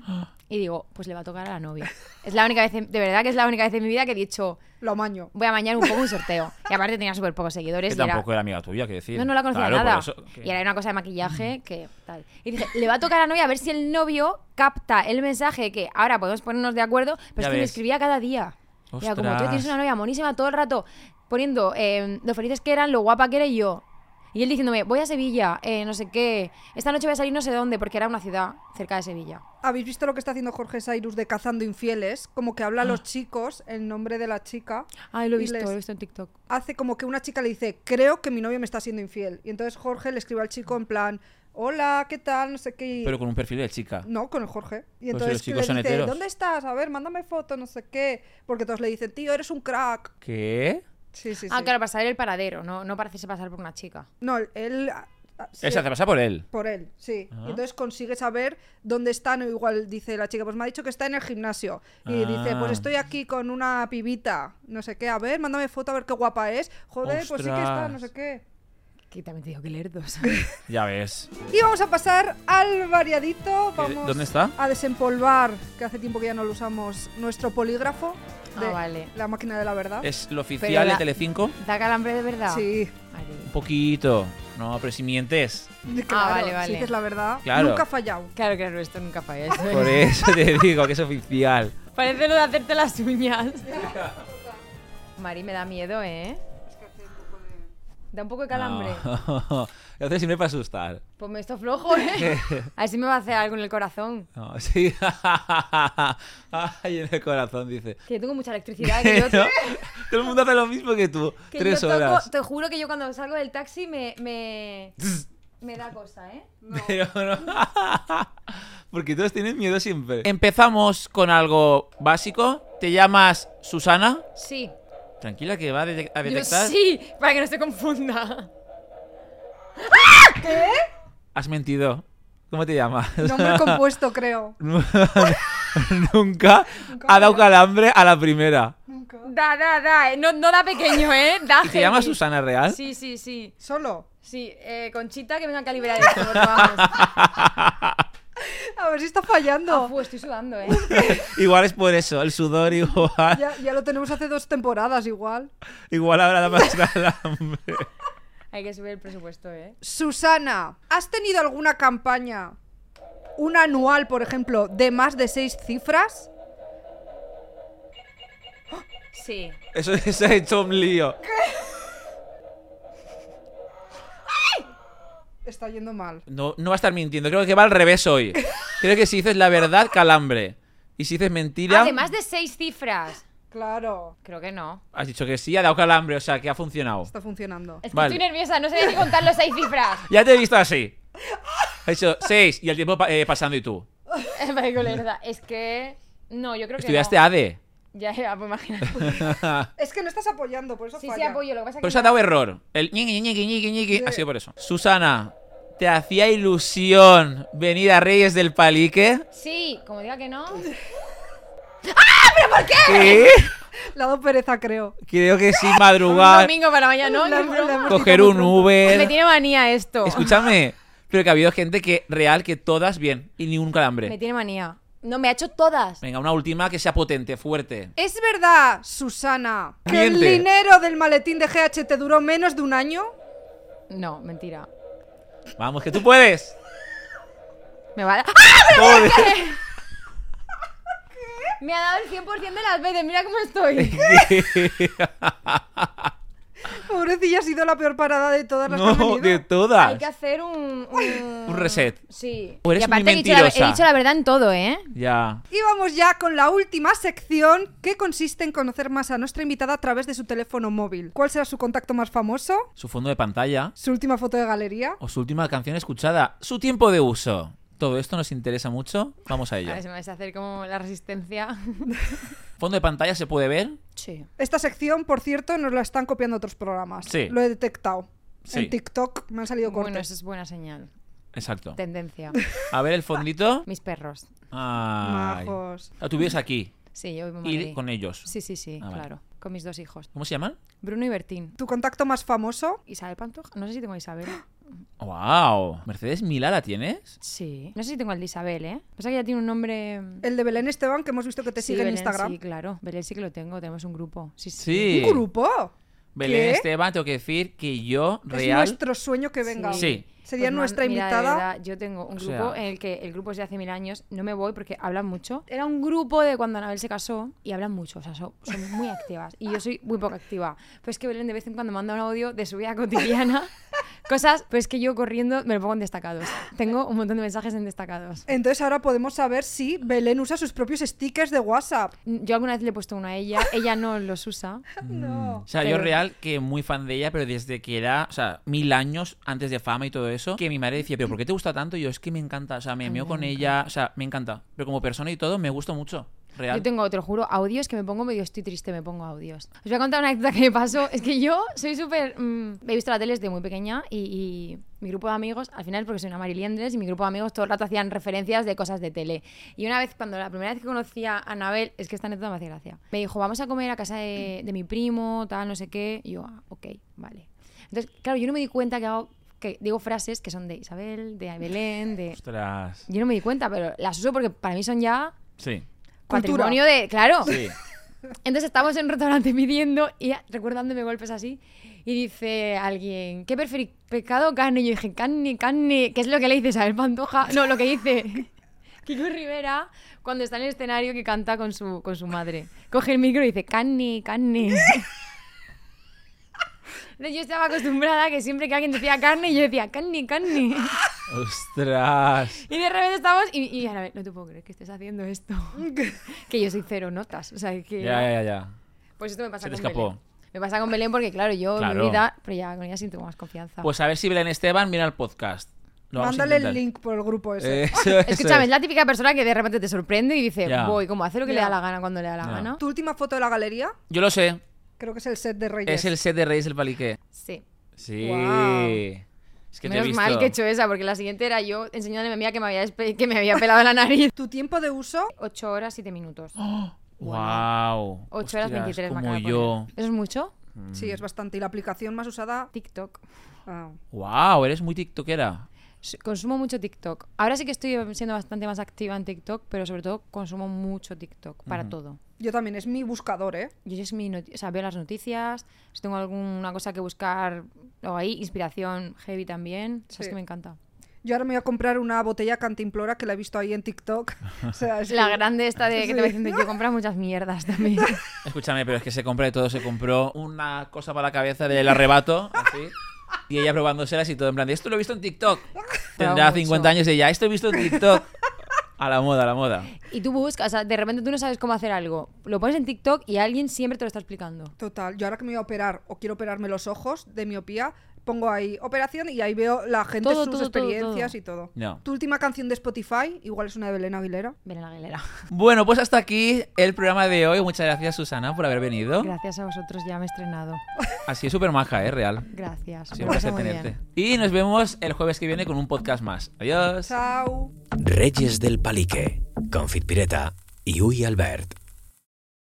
[SPEAKER 4] Y digo, pues le va a tocar a la novia. Es la única vez, en- de verdad que es la única vez en mi vida que he dicho,
[SPEAKER 2] Lo maño.
[SPEAKER 4] voy a mañar un poco un sorteo. Y aparte tenía súper pocos seguidores.
[SPEAKER 3] Que
[SPEAKER 4] y era-
[SPEAKER 3] tampoco era amiga tuya, que decir.
[SPEAKER 4] No, no la conocía
[SPEAKER 3] Claro, por
[SPEAKER 4] nada.
[SPEAKER 3] eso que-
[SPEAKER 4] Y era una cosa de maquillaje que tal. Y dije, le va a tocar a la novia a ver si el novio capta el mensaje que ahora podemos ponernos de acuerdo,
[SPEAKER 3] Ya
[SPEAKER 4] pero es que me
[SPEAKER 3] ves.
[SPEAKER 4] escribía cada día. Y Era como, tú
[SPEAKER 3] Ostras.
[SPEAKER 4] tienes una novia monísima todo el rato poniendo eh, lo felices que eran, lo guapa que era y yo. Y él diciéndome, voy a Sevilla, eh, no sé qué, esta noche voy a salir no sé dónde, porque era una ciudad cerca de Sevilla.
[SPEAKER 2] ¿Habéis visto lo que está haciendo Jorge Cyrus de Cazando Infieles? Como que habla a
[SPEAKER 3] Ah.
[SPEAKER 2] los chicos el nombre de la chica.
[SPEAKER 4] Ay, lo he
[SPEAKER 2] Y
[SPEAKER 4] visto,
[SPEAKER 2] les-
[SPEAKER 4] lo he visto en TikTok.
[SPEAKER 2] Hace como que una chica le dice, creo que mi novio me está siendo infiel. Y entonces Jorge le escribe al chico en plan, hola, ¿qué tal? No sé qué. y-
[SPEAKER 3] Pero con un perfil de chica.
[SPEAKER 4] Mm.
[SPEAKER 2] No, con el Jorge. Y
[SPEAKER 3] Pues
[SPEAKER 2] entonces
[SPEAKER 3] los chicos son
[SPEAKER 2] le dice,
[SPEAKER 3] heteros.
[SPEAKER 2] ¿dónde estás? A ver, mándame foto, no sé qué. Porque todos le dicen, tío, eres un crack.
[SPEAKER 3] ¿Qué?
[SPEAKER 2] Sí, sí, sí.
[SPEAKER 4] Ah, claro, para saber el paradero, no, no para hacerse pasar por una chica.
[SPEAKER 2] No, él... ah, ah, sí,
[SPEAKER 3] Él se hace pasar por él.
[SPEAKER 2] Por él, sí.
[SPEAKER 3] Ah.
[SPEAKER 2] Y entonces consigue saber dónde están. O igual dice la chica, pues me ha dicho que está en el gimnasio. Y
[SPEAKER 3] Ah.
[SPEAKER 2] dice, pues estoy aquí con una pibita, no sé qué. A ver, mándame foto a ver qué guapa es. Joder, pues sí que está, no sé
[SPEAKER 3] Ostras.
[SPEAKER 2] qué.
[SPEAKER 4] Que también te digo que leer dos.
[SPEAKER 3] Ya ves.
[SPEAKER 2] Y vamos a pasar al variadito. Vamos
[SPEAKER 3] Eh, ¿Dónde está?
[SPEAKER 2] a desempolvar, que hace tiempo que ya no lo usamos, nuestro polígrafo de
[SPEAKER 4] Ah, vale.
[SPEAKER 2] la máquina de la verdad.
[SPEAKER 3] ¿Es lo oficial
[SPEAKER 4] la-
[SPEAKER 3] de Telecinco?
[SPEAKER 4] ¿Da calambre de verdad?
[SPEAKER 2] Sí,
[SPEAKER 4] Vale.
[SPEAKER 3] Un poquito. No, pero si mientes.
[SPEAKER 2] claro,
[SPEAKER 4] Ah, vale,
[SPEAKER 2] sí
[SPEAKER 4] vale.
[SPEAKER 2] que es la verdad.
[SPEAKER 3] Claro.
[SPEAKER 2] Nunca ha fallado.
[SPEAKER 4] Claro, claro, esto nunca falla. esto
[SPEAKER 3] Por
[SPEAKER 4] es-
[SPEAKER 3] eso te digo que es oficial.
[SPEAKER 4] Parece lo de hacerte las uñas. Mari, me da miedo, ¿eh? Da un poco de calambre. Pues
[SPEAKER 3] No. Lo hace siempre para asustar.
[SPEAKER 4] Ponme esto flojo, ¿eh? A ver si me va a hacer algo en el corazón.
[SPEAKER 3] No, sí. Ay, en el corazón dice.
[SPEAKER 4] Que yo tengo mucha electricidad. Que yo,
[SPEAKER 3] ¿No? Todo el mundo hace lo mismo que tú.
[SPEAKER 4] que
[SPEAKER 3] Tres
[SPEAKER 4] yo toco-
[SPEAKER 3] horas.
[SPEAKER 4] Te juro que yo cuando salgo del taxi me, me, me da cosa, ¿eh?
[SPEAKER 3] Pero no. Porque todos tienen miedo siempre. Empezamos con algo básico. Te llamas Susana.
[SPEAKER 4] Sí.
[SPEAKER 3] Tranquila que va a, detec- a
[SPEAKER 4] Yo
[SPEAKER 3] detectar.
[SPEAKER 4] sí, para que no se confunda.
[SPEAKER 3] Has mentido. ¿Cómo te llamas?
[SPEAKER 2] Nombre compuesto, creo.
[SPEAKER 3] Nunca ha dado calambre a la primera.
[SPEAKER 2] Nunca.
[SPEAKER 4] Da, da, da. eh. No, no da pequeño, ¿eh? Da
[SPEAKER 3] ¿Y te llamas
[SPEAKER 4] heavy.
[SPEAKER 3] Susana Real?
[SPEAKER 4] Sí, sí, sí.
[SPEAKER 2] Solo.
[SPEAKER 4] Sí, eh, Conchita, que venga a calibrar esto, porque vamos.
[SPEAKER 2] A ver si está fallando.
[SPEAKER 4] Ah, fu, estoy sudando, ¿eh?
[SPEAKER 3] Igual es por eso, el sudor igual.
[SPEAKER 2] Ya, ya lo tenemos hace dos temporadas igual.
[SPEAKER 3] Igual ahora da más hambre.
[SPEAKER 4] Hay que subir el presupuesto, ¿eh?
[SPEAKER 2] Susana, ¿has tenido alguna campaña, un anual, por ejemplo, de más de seis cifras?
[SPEAKER 4] Sí.
[SPEAKER 3] Eso se ha hecho un lío.
[SPEAKER 2] Está yendo mal.
[SPEAKER 3] No, no va a estar mintiendo, creo que va al revés hoy. Creo que si dices la verdad, calambre. Y si dices mentira,
[SPEAKER 4] Además de seis cifras.
[SPEAKER 2] Claro,
[SPEAKER 4] Creo que no.
[SPEAKER 3] has dicho que sí, ha dado calambre, o sea, que ha funcionado.
[SPEAKER 2] está funcionando.
[SPEAKER 4] Es que
[SPEAKER 3] Vale.
[SPEAKER 4] estoy nerviosa, no sé ni contar las seis cifras.
[SPEAKER 3] Ya te he visto así. Ha dicho seis y el tiempo pa- eh, pasando y tú.
[SPEAKER 4] Eh, Marico, la verdad, es que. No, yo creo que.
[SPEAKER 3] Estudiaste
[SPEAKER 4] no.
[SPEAKER 3] ADE.
[SPEAKER 4] Ya, ya, pues imagínate.
[SPEAKER 2] Es que no estás apoyando, por eso
[SPEAKER 4] Sí, sí,
[SPEAKER 2] falla.
[SPEAKER 4] apoyo. Lo que pasa es
[SPEAKER 3] Por
[SPEAKER 4] que.
[SPEAKER 3] eso ha
[SPEAKER 4] no-
[SPEAKER 3] dado error. El ñiqui, ñiqui, ñiqui, ñiqui. Ha sido por eso. Susana, ¿te hacía ilusión venir a Reyes del Palique?
[SPEAKER 4] Sí, como diga que no.
[SPEAKER 3] Sí.
[SPEAKER 2] Le ha dado pereza, creo.
[SPEAKER 3] Creo que sí,
[SPEAKER 4] Un
[SPEAKER 3] madrugar,
[SPEAKER 4] domingo para mañana,
[SPEAKER 2] La-
[SPEAKER 4] ¿no? ¿Qué
[SPEAKER 2] la-
[SPEAKER 4] broma?
[SPEAKER 3] coger
[SPEAKER 2] muy
[SPEAKER 3] un
[SPEAKER 2] pronto.
[SPEAKER 4] Me
[SPEAKER 3] Uber.
[SPEAKER 4] tiene manía esto.
[SPEAKER 3] Escúchame. Pero que ha habido gente que real, que todas bien y ni un
[SPEAKER 4] Me
[SPEAKER 3] calambre.
[SPEAKER 4] tiene manía. No, me ha hecho todas.
[SPEAKER 3] Venga, una última que sea potente, fuerte.
[SPEAKER 2] ¿Es verdad, Susana, que el
[SPEAKER 3] Miente.
[SPEAKER 2] dinero del maletín de GH te duró menos de un año?
[SPEAKER 4] No, mentira.
[SPEAKER 3] Vamos, que tú puedes.
[SPEAKER 4] Me va a dar-
[SPEAKER 3] ¡Ah, Joder.
[SPEAKER 4] Me ha dado el 100% de las veces, mira cómo estoy.
[SPEAKER 2] Pobrecilla, ha sido la peor parada de todas las que han
[SPEAKER 3] No,
[SPEAKER 2] venido.
[SPEAKER 3] de
[SPEAKER 4] Hay
[SPEAKER 3] todas.
[SPEAKER 4] que hacer un. Un,
[SPEAKER 3] Un reset.
[SPEAKER 4] Sí.
[SPEAKER 3] O eres
[SPEAKER 4] y aparte
[SPEAKER 3] muy
[SPEAKER 4] he dicho, la,
[SPEAKER 3] mentirosa.
[SPEAKER 4] he dicho la verdad en todo, ¿eh?
[SPEAKER 3] Ya.
[SPEAKER 2] Y vamos ya con la última sección, que consiste en conocer más a nuestra invitada a través de su teléfono móvil. ¿Cuál será su contacto más famoso?
[SPEAKER 3] Su fondo de pantalla.
[SPEAKER 2] ¿Su última foto de galería?
[SPEAKER 3] o su última canción escuchada, su tiempo de uso. Todo esto nos interesa mucho, vamos a ello.
[SPEAKER 4] A ver, se me vais a hacer como la resistencia.
[SPEAKER 3] Fondo de pantalla se puede ver.
[SPEAKER 4] Sí.
[SPEAKER 2] Esta sección, por cierto, nos la están copiando otros programas.
[SPEAKER 3] Sí.
[SPEAKER 2] Lo he detectado.
[SPEAKER 3] Sí.
[SPEAKER 2] En TikTok me han salido cortes.
[SPEAKER 4] Bueno, eso es buena señal.
[SPEAKER 3] Exacto.
[SPEAKER 4] Tendencia.
[SPEAKER 3] A ver el fondito.
[SPEAKER 4] Mis perros.
[SPEAKER 3] Ay.
[SPEAKER 2] Majos.
[SPEAKER 3] Ah, Tú vives aquí.
[SPEAKER 4] Sí, yo vivo en
[SPEAKER 3] Ir
[SPEAKER 4] Madrid.
[SPEAKER 3] con ellos.
[SPEAKER 4] Sí, sí, sí,
[SPEAKER 3] Ah, vale.
[SPEAKER 4] claro. Con mis dos hijos.
[SPEAKER 3] ¿Cómo se llaman?
[SPEAKER 4] Bruno y Bertín.
[SPEAKER 2] ¿Tu contacto más famoso?
[SPEAKER 4] Isabel Pantoja. No sé si tengo a Isabel.
[SPEAKER 3] ¡Wow! ¿Mercedes Milá la tienes?
[SPEAKER 4] Sí. No sé si tengo al de Isabel, ¿eh? Pasa que ya tiene un nombre.
[SPEAKER 2] El de Belén Esteban, que hemos visto que te
[SPEAKER 4] Sí,
[SPEAKER 2] sigue
[SPEAKER 4] Belén,
[SPEAKER 2] en Instagram.
[SPEAKER 4] Sí, claro. Belén sí que lo tengo. Tenemos un grupo. Sí, sí.
[SPEAKER 3] Sí.
[SPEAKER 2] ¿Un grupo?
[SPEAKER 3] Belén
[SPEAKER 2] ¿Qué?
[SPEAKER 3] Esteban, tengo que decir que yo,
[SPEAKER 2] Es
[SPEAKER 3] real.
[SPEAKER 2] nuestro sueño que venga.
[SPEAKER 3] Sí.
[SPEAKER 2] Sería
[SPEAKER 4] Pues,
[SPEAKER 2] nuestra
[SPEAKER 4] mam, mira, de
[SPEAKER 2] invitada.
[SPEAKER 4] verdad, yo tengo un
[SPEAKER 3] O
[SPEAKER 4] grupo
[SPEAKER 3] sea-
[SPEAKER 4] en el que el grupo es de hace mil años. No me voy porque hablan mucho. Era un grupo de cuando Anabel se casó y hablan mucho. O sea, son, son muy activas. Y yo soy muy poco activa. Pues que Belén de vez en cuando manda un audio de su vida cotidiana. Cosas, pues que yo corriendo me lo pongo en destacados. Tengo un montón de mensajes en destacados.
[SPEAKER 2] Entonces ahora podemos saber si Belén usa sus propios stickers de WhatsApp.
[SPEAKER 4] Yo alguna vez le he puesto uno a ella. Ella no los usa.
[SPEAKER 3] Mm.
[SPEAKER 2] No.
[SPEAKER 3] O sea, yo
[SPEAKER 4] Pero-
[SPEAKER 3] real que muy fan de ella, pero desde que era, o sea, mil años antes de fama y todo eso, que mi madre decía, pero ¿por qué te gusta tanto? Y yo, es que me encanta, o sea, me mío con ella, o sea, me encanta. Pero como persona y todo, me gusta mucho. Real.
[SPEAKER 4] Yo tengo, te lo juro, audios que me pongo medio estoy triste, me pongo audios. Os voy a contar una anécdota que me pasó. Es que yo soy súper... mm, he visto la tele desde muy pequeña y, y mi grupo de amigos, al final porque soy una Mariliendres, y mi grupo de amigos todo el rato hacían referencias de cosas de tele. Y una vez, cuando la primera vez que conocí a Anabel, es que esta anécdota me hace gracia. Me dijo, vamos a comer a casa de, de mi primo, tal, no sé qué. Y yo, ah, ok, vale. Entonces, claro, yo no me di cuenta que hago... Que digo frases que son de Isabel, de Belén, de...
[SPEAKER 3] Ostras.
[SPEAKER 4] Yo no me di cuenta, pero las uso porque para mí son ya
[SPEAKER 3] Sí.
[SPEAKER 2] Cultura.
[SPEAKER 4] patrimonio de... Claro.
[SPEAKER 3] Sí.
[SPEAKER 4] Entonces estábamos en un restaurante midiendo y recordándome golpes así. Y dice alguien, ¿qué preferís? ¿Pecado o carne? Y yo dije, carne, carne. ¿Qué es lo que le dice Isabel Pantoja? No, lo que dice Kiko Rivera cuando está en el escenario que canta con su, con su madre. Coge el micro y dice, carne, carne. Entonces yo estaba acostumbrada a que siempre que alguien decía carne, yo decía, carne, carne.
[SPEAKER 3] Ostras.
[SPEAKER 4] Y de repente estamos y, y a ver, no te puedo creer que estés haciendo esto. Que yo soy cero notas. O sea, que...
[SPEAKER 3] Ya, ya, ya.
[SPEAKER 4] Pues esto me pasa
[SPEAKER 3] Se te
[SPEAKER 4] con
[SPEAKER 3] escapó.
[SPEAKER 4] Belén. Me pasa con Belén porque, claro, yo en
[SPEAKER 3] Claro.
[SPEAKER 4] mi vida, pero ya con ella sí tengo más confianza.
[SPEAKER 3] Pues a ver si Belén Esteban mira el podcast. Lo vamos a
[SPEAKER 2] Mándale el
[SPEAKER 3] intentar.
[SPEAKER 2] link por el grupo ese.
[SPEAKER 3] Eh, Eso, eso
[SPEAKER 4] Escúchame,
[SPEAKER 3] es.
[SPEAKER 4] es la típica persona que de repente te sorprende y dice,
[SPEAKER 3] Ya.
[SPEAKER 4] voy, como hace lo que
[SPEAKER 2] Ya.
[SPEAKER 4] le da la gana cuando le da la
[SPEAKER 3] Ya.
[SPEAKER 4] gana.
[SPEAKER 2] ¿Tu última foto de la galería?
[SPEAKER 3] Yo lo sé.
[SPEAKER 2] Creo que es el set de Reyes.
[SPEAKER 3] Es el set de Reyes del Paliqué.
[SPEAKER 4] Sí.
[SPEAKER 3] Sí.
[SPEAKER 2] Guau.
[SPEAKER 3] Es que te he
[SPEAKER 4] Menos
[SPEAKER 3] visto.
[SPEAKER 4] mal que he hecho esa, porque la siguiente era yo enseñándole a mi amiga que me había, despe- que me había pelado la nariz.
[SPEAKER 2] ¿Tu tiempo de uso?
[SPEAKER 4] 8 horas 7 minutos. 8
[SPEAKER 3] Wow.
[SPEAKER 4] horas 23 me
[SPEAKER 3] Como
[SPEAKER 4] acaba de
[SPEAKER 3] yo.
[SPEAKER 4] poner. ¿Eso es mucho?
[SPEAKER 3] Mm.
[SPEAKER 2] Sí, es bastante. Y la aplicación más usada...
[SPEAKER 4] TikTok.
[SPEAKER 2] Ah.
[SPEAKER 3] Wow, eres muy tiktokera.
[SPEAKER 4] S- Consumo mucho TikTok. Ahora sí que estoy siendo bastante más activa en TikTok, pero sobre todo consumo mucho TikTok para todo.
[SPEAKER 2] Yo también, es mi buscador, ¿eh?
[SPEAKER 4] Yo es mi noti- o sea, veo las noticias, si tengo alguna cosa que buscar o ahí, inspiración heavy también. O sea, es
[SPEAKER 2] Sí.
[SPEAKER 4] que me encanta.
[SPEAKER 2] Yo ahora me voy a comprar una botella cantimplora que la he visto ahí en TikTok. O sea, es
[SPEAKER 4] La
[SPEAKER 2] que-
[SPEAKER 4] grande esta de que te
[SPEAKER 2] Sí.
[SPEAKER 4] voy diciendo, yo compro muchas mierdas también.
[SPEAKER 3] Escúchame, pero es que se compra de todo. Se compró una cosa para la cabeza del arrebato, así. Y ella probándoselas y todo en plan de, esto lo he visto en TikTok. Tendrá
[SPEAKER 4] mucho.
[SPEAKER 3] 50 años y ya, esto he visto en TikTok. A la moda, a la moda.
[SPEAKER 4] Y tú buscas, o sea, de repente tú no sabes cómo hacer algo. Lo pones en TikTok y alguien siempre te lo está explicando.
[SPEAKER 2] Total, yo ahora que me voy a operar o quiero operarme los ojos de miopía, pongo ahí operación y ahí veo la gente, sus
[SPEAKER 4] Todo, todo, todo,
[SPEAKER 2] experiencias
[SPEAKER 4] todo.
[SPEAKER 2] y todo.
[SPEAKER 3] No.
[SPEAKER 2] Tu última canción de Spotify, igual es una de Belén Aguilera.
[SPEAKER 4] Belén Aguilera.
[SPEAKER 3] Bueno, pues hasta aquí el programa de hoy. Muchas gracias, Susana, por haber venido.
[SPEAKER 4] Gracias a vosotros, ya me he estrenado.
[SPEAKER 3] Así es súper maja, ¿eh? Real.
[SPEAKER 4] Gracias. me lo
[SPEAKER 3] Siempre
[SPEAKER 4] pasé
[SPEAKER 3] un
[SPEAKER 4] muy
[SPEAKER 3] placer
[SPEAKER 4] bien.
[SPEAKER 3] tenerte. Y nos vemos el jueves que viene con un podcast más. Adiós.
[SPEAKER 2] Chao.
[SPEAKER 1] Reyes del Palique, Confit Pireta y Uy Albert.